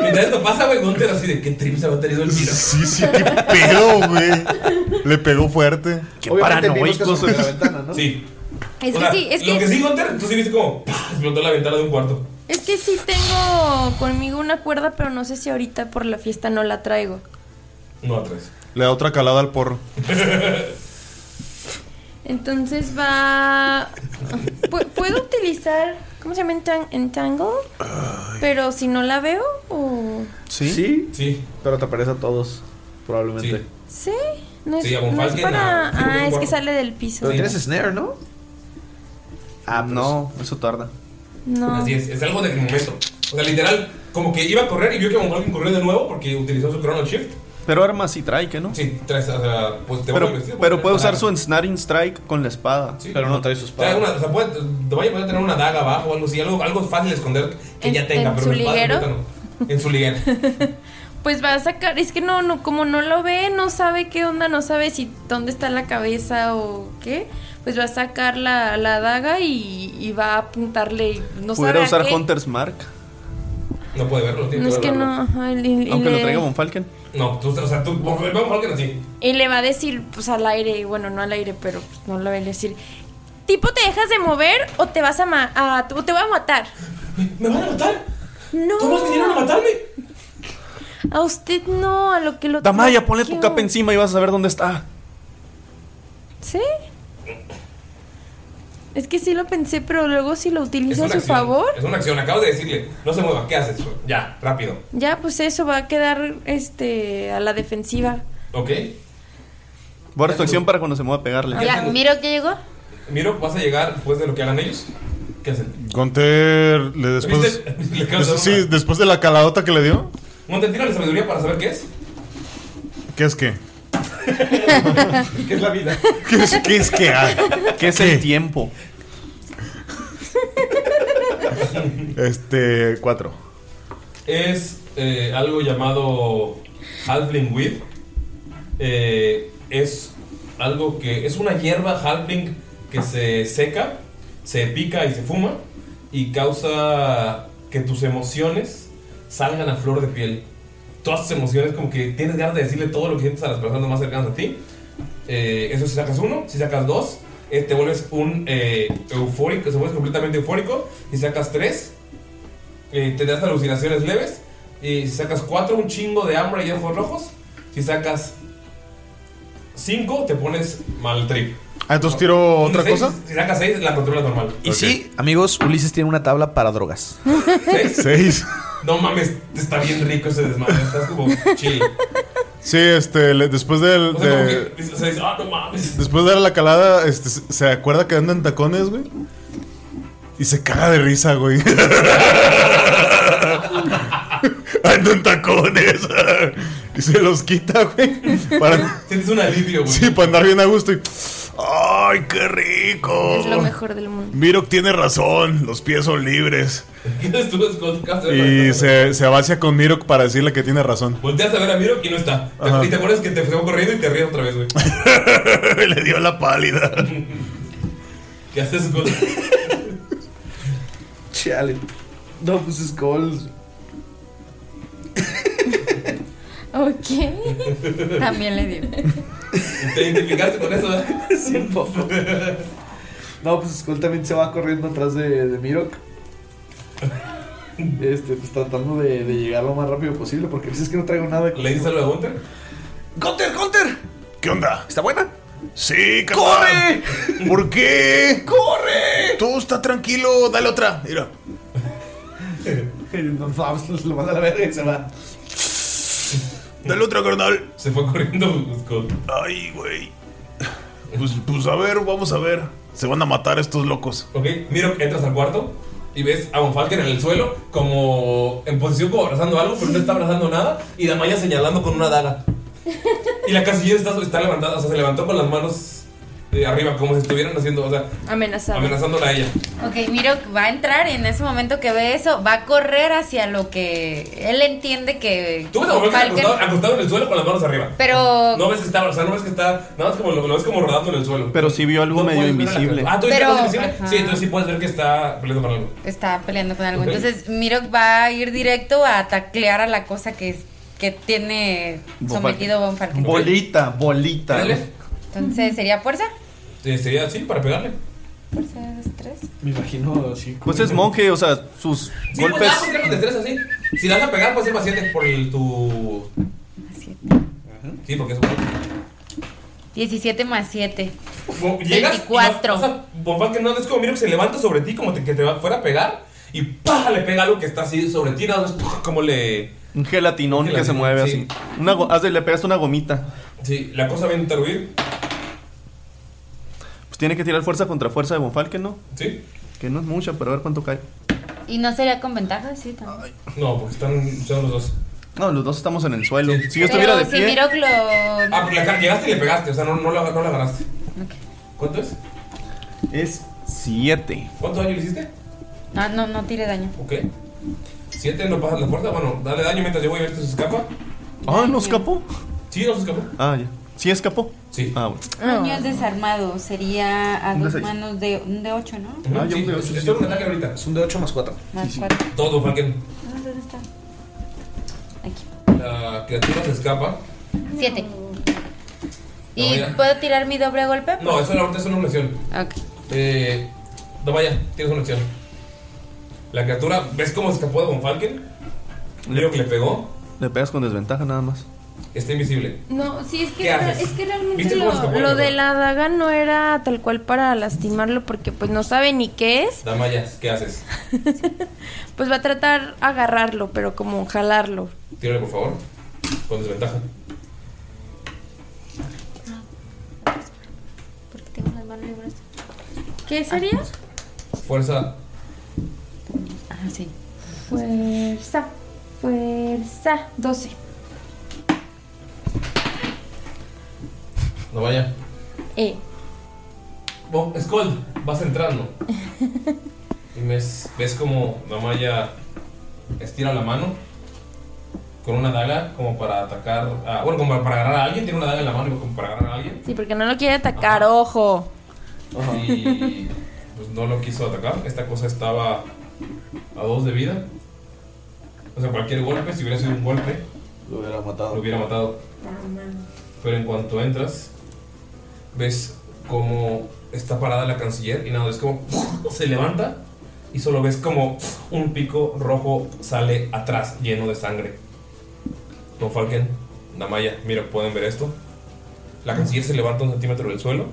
Mientras esto pasa, güey, Gunter así de qué trip se ha tenido el tiro.
Sí, sí, qué pedo, güey. Le pegó fuerte. Qué
Obviamente vimos que
paranoico.
sobre la ventana, ¿no? Sí.
Es
O
que
sea,
sí, es
lo
que,
que sí, Gunter, tú sí viste como ¡pah! explotó la ventana de un cuarto.
es que sí tengo conmigo una cuerda, pero no sé si ahorita por la fiesta no la traigo.
No, atrás.
Le da otra calada al porro.
Entonces va. Pu- ¿Puedo utilizar. ¿Cómo se llama? Entang- Entangle.
Ah.
Pero si no la veo, o.
¿Sí?
Sí.
Pero te aparece a todos, probablemente.
Sí, no es,
Sí, a Von
no es
Falken,
para.
a- sí,
ah,
un
es que
cuarto.
sale del piso.
Pero tienes snare, ¿no?
Ah,
Pues,
no, eso tarda.
No.
Así es, es algo de momento. O sea, literal, como que iba a correr y vio que Von Falken corrió de nuevo porque utilizó su Chrono Shift.
Pero armas sí trae, ¿qué no?
Sí, traes, o sea, pues te
Pero,
vuelve el vestido,
pero
porque
puede
traes la
usar su Ensnaring Strike con la espada.
Pero Ah. no
trae su
Trae una, o sea, puede, vaya, puede tener una daga abajo o algo así, algo, algo fácil de esconder que
¿En-
ya tenga,
en
pero
su
el padre
liguero?
ahorita no. En su liguero.
Pues va a sacar. Es que no, no, como no lo ve, no sabe qué onda, no sabe si dónde está la cabeza o qué. Pues va a sacar la, la daga y, y va a apuntarle. No
¿Pudiera
sabe a
usar
qué.
Hunter's Mark?
No puede verlo,
No es que no. ajá, y- y
Aunque lo
le-
traiga Von Falken.
No, tú, o sea, tú, vamos a alguien así.
Y le va a decir, pues al aire, bueno, no al aire, pero pues, no lo va a decir. Tipo, ¿te dejas de mover o te vas a, ma- a- o te voy a matar?
¿Me van a matar?
No.
¿Todos vinieron a matarme?
A usted no, a lo que lo
Damaya, ponle tu
¿Qué?
capa encima y vas a saber dónde está.
¿Sí? Es que sí lo pensé, pero luego si lo utilizo a su
acción,
favor,
Es una acción. Acabas de decirle, no se mueva, ¿qué haces? Ya, rápido.
ya pues eso va a quedar este a la defensiva.
Ok.
Guarda tu acción para cuando se mueva a pegarle.
Ya, miro que llegó.
Miro, vas a llegar después de lo que hagan ellos. ¿Qué hacen?
Gunter, le después.
Le causa
des- sí, después de la caladota que le dio,
Monte, tira la sabiduría para saber qué es.
¿qué es qué?
¿Qué es la vida?
¿Qué es qué? Es qué? Ah,
¿Qué es el tiempo?
Este, cuatro.
Es eh, algo llamado Halfling Weed. Eh, es algo que. Es una hierba Halfling que se seca, se pica y se fuma. Y causa que tus emociones salgan a flor de piel. Todas tus emociones, como que tienes ganas de decirle todo lo que sientes a las personas más cercanas a ti. Eh, eso si sacas uno, si sacas dos, eh, te vuelves un eh, eufórico, se vuelves completamente eufórico. Si sacas tres, eh, te das alucinaciones leves. Y si sacas 4, un chingo de hambre y ojos rojos. Si sacas 5, te pones mal trip.
Ah, entonces tiro
Un de
otra
seis,
cosa.
Si sacas 6, la controlas normal.
Y sí, amigos, Ulises tiene una tabla para drogas.
Seis.
No mames, está bien rico ese desmadre. Estás como chill.
Sí, este, le- después del.
O sea, como
de-
que dices, o sea, dices, ah, no mames.
Después de dar la calada, este, se se acuerda que anda en tacones, güey. Y se caga de risa, güey. Ando en tacones. y se los quita, güey. Para...
Sientes un alivio, güey.
Sí, para andar bien a gusto. Y... ¡Ay, qué rico!
Es lo mejor del mundo.
Mirok tiene razón. Los pies son libres.
Tienes tú escondicas.
Y se, se abacia con Mirok para decirle que tiene razón.
Volteas a ver a Miro y no está. Te-
Ajá.
Y te acuerdas que te fue corriendo y te ríes otra vez, güey.
Le dio la pálida.
¿Qué haces con.?
Chale. No, pues es Gold.
Ok. También le dio.
¿Te identificaste con eso? ¿eh?
Sí, un poco. No, pues Skull también se va corriendo atrás de, de Mirok. Este, pues tratando de, de llegar lo más rápido posible porque dices que no traigo nada.
¿Le dices algo a Gunter?
¡Gunter, Gunter!
¿Qué onda?
¿Está buena?
Sí, ¡Corre! ¿Por qué? ¡Corre! Todo está tranquilo, dale otra. Mira.
No, vamos, lo manda a la verga y se va.
Dale otra, carnal.
Se fue corriendo, Scott.
Ay, güey. Pues, pues a ver, vamos a ver. Se van a matar estos locos.
Ok, miro que entras al cuarto y ves a Von Falken en el suelo, como en posición como abrazando algo, pero no está abrazando nada, y la malla señalando con una daga. Y la casillera está, está levantada, o sea, se levantó con las manos eh, arriba, como si estuvieran haciendo, o sea,
Amenazado.
amenazándola a ella.
Ok, Miro va a entrar y en ese momento que ve eso, va a correr hacia lo que él entiende que.
Tú ves a Von Falken
Falken-
acostado, acostado en el suelo con las manos arriba.
Pero.
No ves que está, o sea, no ves que está, nada más como lo, lo ves como rodando en el suelo.
Pero si vio algo medio
Mira la cara.
invisible.
Ah, tú
Pero-
pero, invisible.
ajá.
Sí, entonces sí puedes ver que está peleando con algo.
Está peleando con algo.
Ok.
Entonces, Mirok va a ir directo a taclear a la cosa que, es- que tiene
Von
sometido Von Falken.
Bolita, bolita.
Entonces, ¿sería fuerza?
Eh, sería así para pegarle.
Fuerza de tres.
Me imagino así.
Pues es monje, o sea, sus
Sí, pues
golpes.
vas a tirar de tres así. Si le vas a pegar, puede ser más siete por el, tu. Ajá. Sí, porque eso.
17 más 7.
Bo- Llegas. 24. O sea, Bonfán que no es como miro que se levanta sobre ti como te- que te va- fuera a pegar. Y ¡pah! le pega algo que está así sobre ti. Nada más ¡pah! como le.
Un gelatinón que se
Gelatinón,
mueve
sí.
así. Una go- hazle- le pegaste una gomita.
Sí, la cosa va a interruir.
Pues tiene que tirar fuerza contra fuerza de Bonfalque, ¿no?
Sí.
Que no es mucha, pero a ver cuánto cae.
¿Y no sería con ventaja? Sí, también.
No, porque están, son los dos.
No, los dos estamos en el suelo. Si yo estuviera de
Pero si
pie.
Mirok lo.
Ah, porque la cara llegaste y le pegaste. O sea, no, no, la, no la ganaste. ¿Cuánto es?
Es 7.
¿Cuánto daño le hiciste?
Ah, no, no tire daño.
Ok. Siete, no pasas la fuerza. Bueno, dale daño mientras yo voy a ver si se escapa.
Ah, no escapó.
Sí, no se escapó.
Ah, ya. ¿Sí escapó?
Sí.
Ah, bueno.
Daño desarmado sería a
Un de
dos
seis.
manos de, un de 8, ¿no?
Ah, yo de 8. Esto es un ataque ahorita.
Es un de 8 más 4.
Más 4.
Todo, Falken.
¿Dónde está? Aquí.
La criatura se escapa.
Siete.
No,
¿Y
ya.
puedo tirar mi doble golpe?
No, eso ahorita es una munición.
Ok.
Eh, no vaya, tienes una acción. La criatura, ¿ves cómo se escapó de Von Falken? Leo que le pegó,
Le pegas con desventaja nada más.
está invisible.
No, sí, es que,
¿Qué haces?
es que realmente
¿Viste cómo
lo,
escapó de
lo
la
de la daga no era tal cual para lastimarlo porque pues no sabe ni qué es.
Damayas, ¿qué haces?
Pues va a tratar agarrarlo, pero como jalarlo.
Tírale, por favor. Con desventaja.
¿Qué sería?
Fuerza.
Ah, sí.
Fuerza, fuerza, 12.
No vaya.
Eh.
Bon, Skull, vas entrando. Y ves, ves como Damaya estira la mano con una daga como para atacar. a- bueno, como para agarrar a alguien. Tiene una daga en la mano como para agarrar a alguien.
Sí, porque no lo quiere atacar, ojo.
Y pues, no lo quiso atacar. Esta cosa estaba a dos de vida. O sea, cualquier golpe, si hubiera sido un golpe,
lo hubiera matado.
Lo hubiera matado. Pero en cuanto entras, ves cómo está parada la canciller y nada, es como se levanta y solo ves como un pico rojo sale atrás lleno de sangre. Don Falken, Namaya, mira, pueden ver esto. La canciller se levanta un centímetro del suelo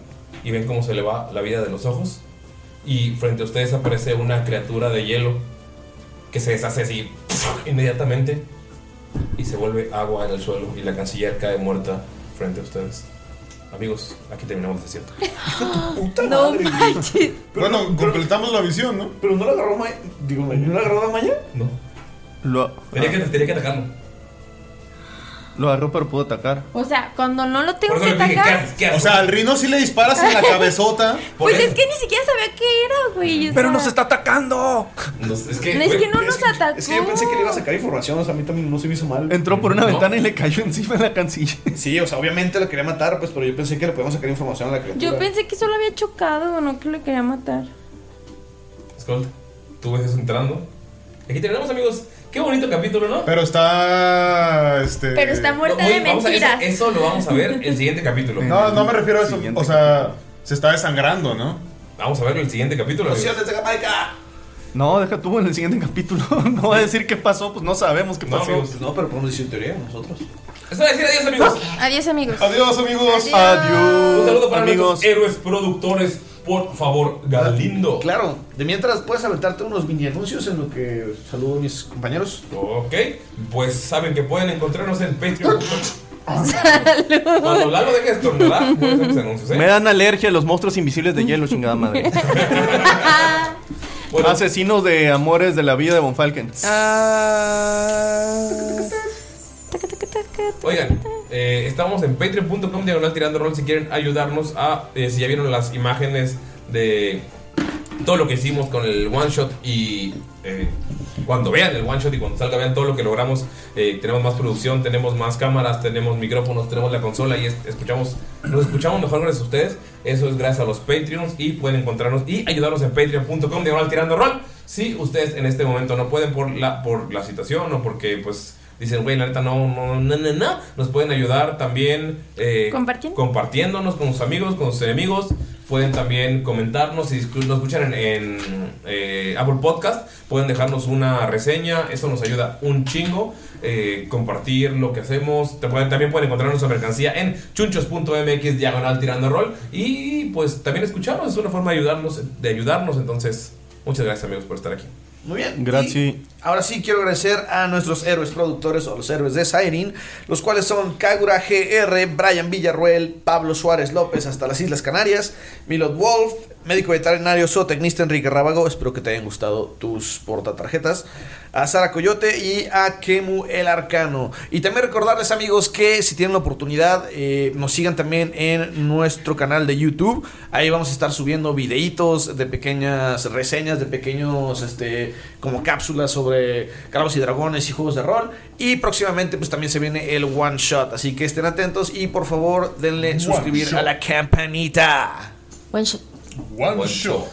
y ven cómo se le va la vida de los ojos. Y frente a ustedes aparece una criatura de hielo que se deshace así inmediatamente y se vuelve agua en el suelo y la canciller cae muerta frente a ustedes. Amigos, aquí terminamos de cierto.
No
manches. Bueno, completamos la visión, ¿no?
Pero no la agarró Maya. Digo, ¿no la agarró Maya?
No.
Lo, ah,
Tenía que, tenía que atacarlo.
Lo agarró, pero pudo atacar.
O sea, cuando no lo tengo
Por
que
eso le dije,
atacar.
O sea, al rino sí le disparas en la cabezota.
Pues es que ni siquiera sabía qué era, güey. o sea,
está atacando.
es
No, es que no nos atacó.
Es que yo pensé que le iba a sacar información, o sea, a mí también no se me hizo mal.
Entró por una ventana y le cayó encima de la cancilla.
Sí, o sea, obviamente la quería matar, pues, pero yo pensé que le podíamos sacar información a la criatura.
Yo pensé que solo había chocado, no que le quería matar.
Skull, tú ves eso entrando. Y Aquí terminamos, amigos. Qué bonito capítulo, ¿no?
Pero está. Este...
Pero está muerta
Oye,
de
vamos a- eso-
mentiras.
Eso, lo vamos a ver el siguiente capítulo.
No, no me refiero a eso. O sea, se está desangrando, ¿no?
Vamos a verlo el siguiente capítulo.
Pues
amigos. No, deja tú en el siguiente capítulo. No va a decir qué pasó, pues no sabemos qué
No,
pasó.
no, pues no, pero podemos decir teoría nosotros.
Eso va a decir adiós, amigos.
Adiós, amigos.
Adiós, amigos.
Adiós. Un saludo para nuestros héroes productores. Por favor, Galindo.
Claro, de mientras puedes aventarte unos mini anuncios en lo que saludo a mis compañeros.
Ok, pues saben que pueden encontrarnos en Patreon. Cuando Lalo deje de estornudar, voy a hacer mis anuncios, ¿eh?
Me dan alergia a los monstruos invisibles de hielo, chingada madre. Asesinos de amores de la vida de Von Falken.
Oigan, eh, estamos en patreon.com diagonal tirando rol si quieren ayudarnos a, eh, si ya vieron las imágenes de todo lo que hicimos con el one shot y eh, cuando vean el one shot y cuando salga vean todo lo que logramos, eh, tenemos más producción, tenemos más cámaras, tenemos micrófonos, tenemos la consola y es- escuchamos, nos escuchamos mejor gracias a ustedes, eso es gracias a los Patreons y pueden encontrarnos y ayudarnos en patreon.com diagonal tirando rol si ustedes en este momento no pueden por la, por la situación o porque pues... Dicen, güey, la neta, no, no, no, no, no. Nos pueden ayudar también eh,
Compartiendo.
compartiéndonos con sus amigos, con sus enemigos. Pueden también comentarnos si escu- nos escuchan en, en, eh, Apple Podcast. Pueden dejarnos una reseña. Eso nos ayuda un chingo. Eh, compartir lo que hacemos. Te pueden- también pueden encontrar nuestra mercancía en chunchos.mx diagonal tirando rol. Y pues también escucharnos. Es una forma de ayudarnos. De ayudarnos. Entonces, muchas gracias amigos por estar aquí.
Muy bien.
Gracias.
Ahora sí quiero agradecer a nuestros héroes productores o los héroes de Siren, los cuales son Kagura GR, Brian Villarruel, Pablo Suárez López hasta las Islas Canarias, Milot Wolf, médico veterinario zootecnista Enrique Rábago, espero que te hayan gustado tus portatarjetas, a Sara Coyote y a Kemu el Arcano. Y también recordarles amigos que si tienen la oportunidad eh, nos sigan también en nuestro canal de YouTube, ahí vamos a estar subiendo videitos de pequeñas reseñas, de pequeños este, como cápsulas sobre calabos y dragones y juegos de rol. Y próximamente, pues también se viene el one shot. Así que estén atentos y por favor denle suscribir
shot.
a la campanita.
One shot.
Juancho.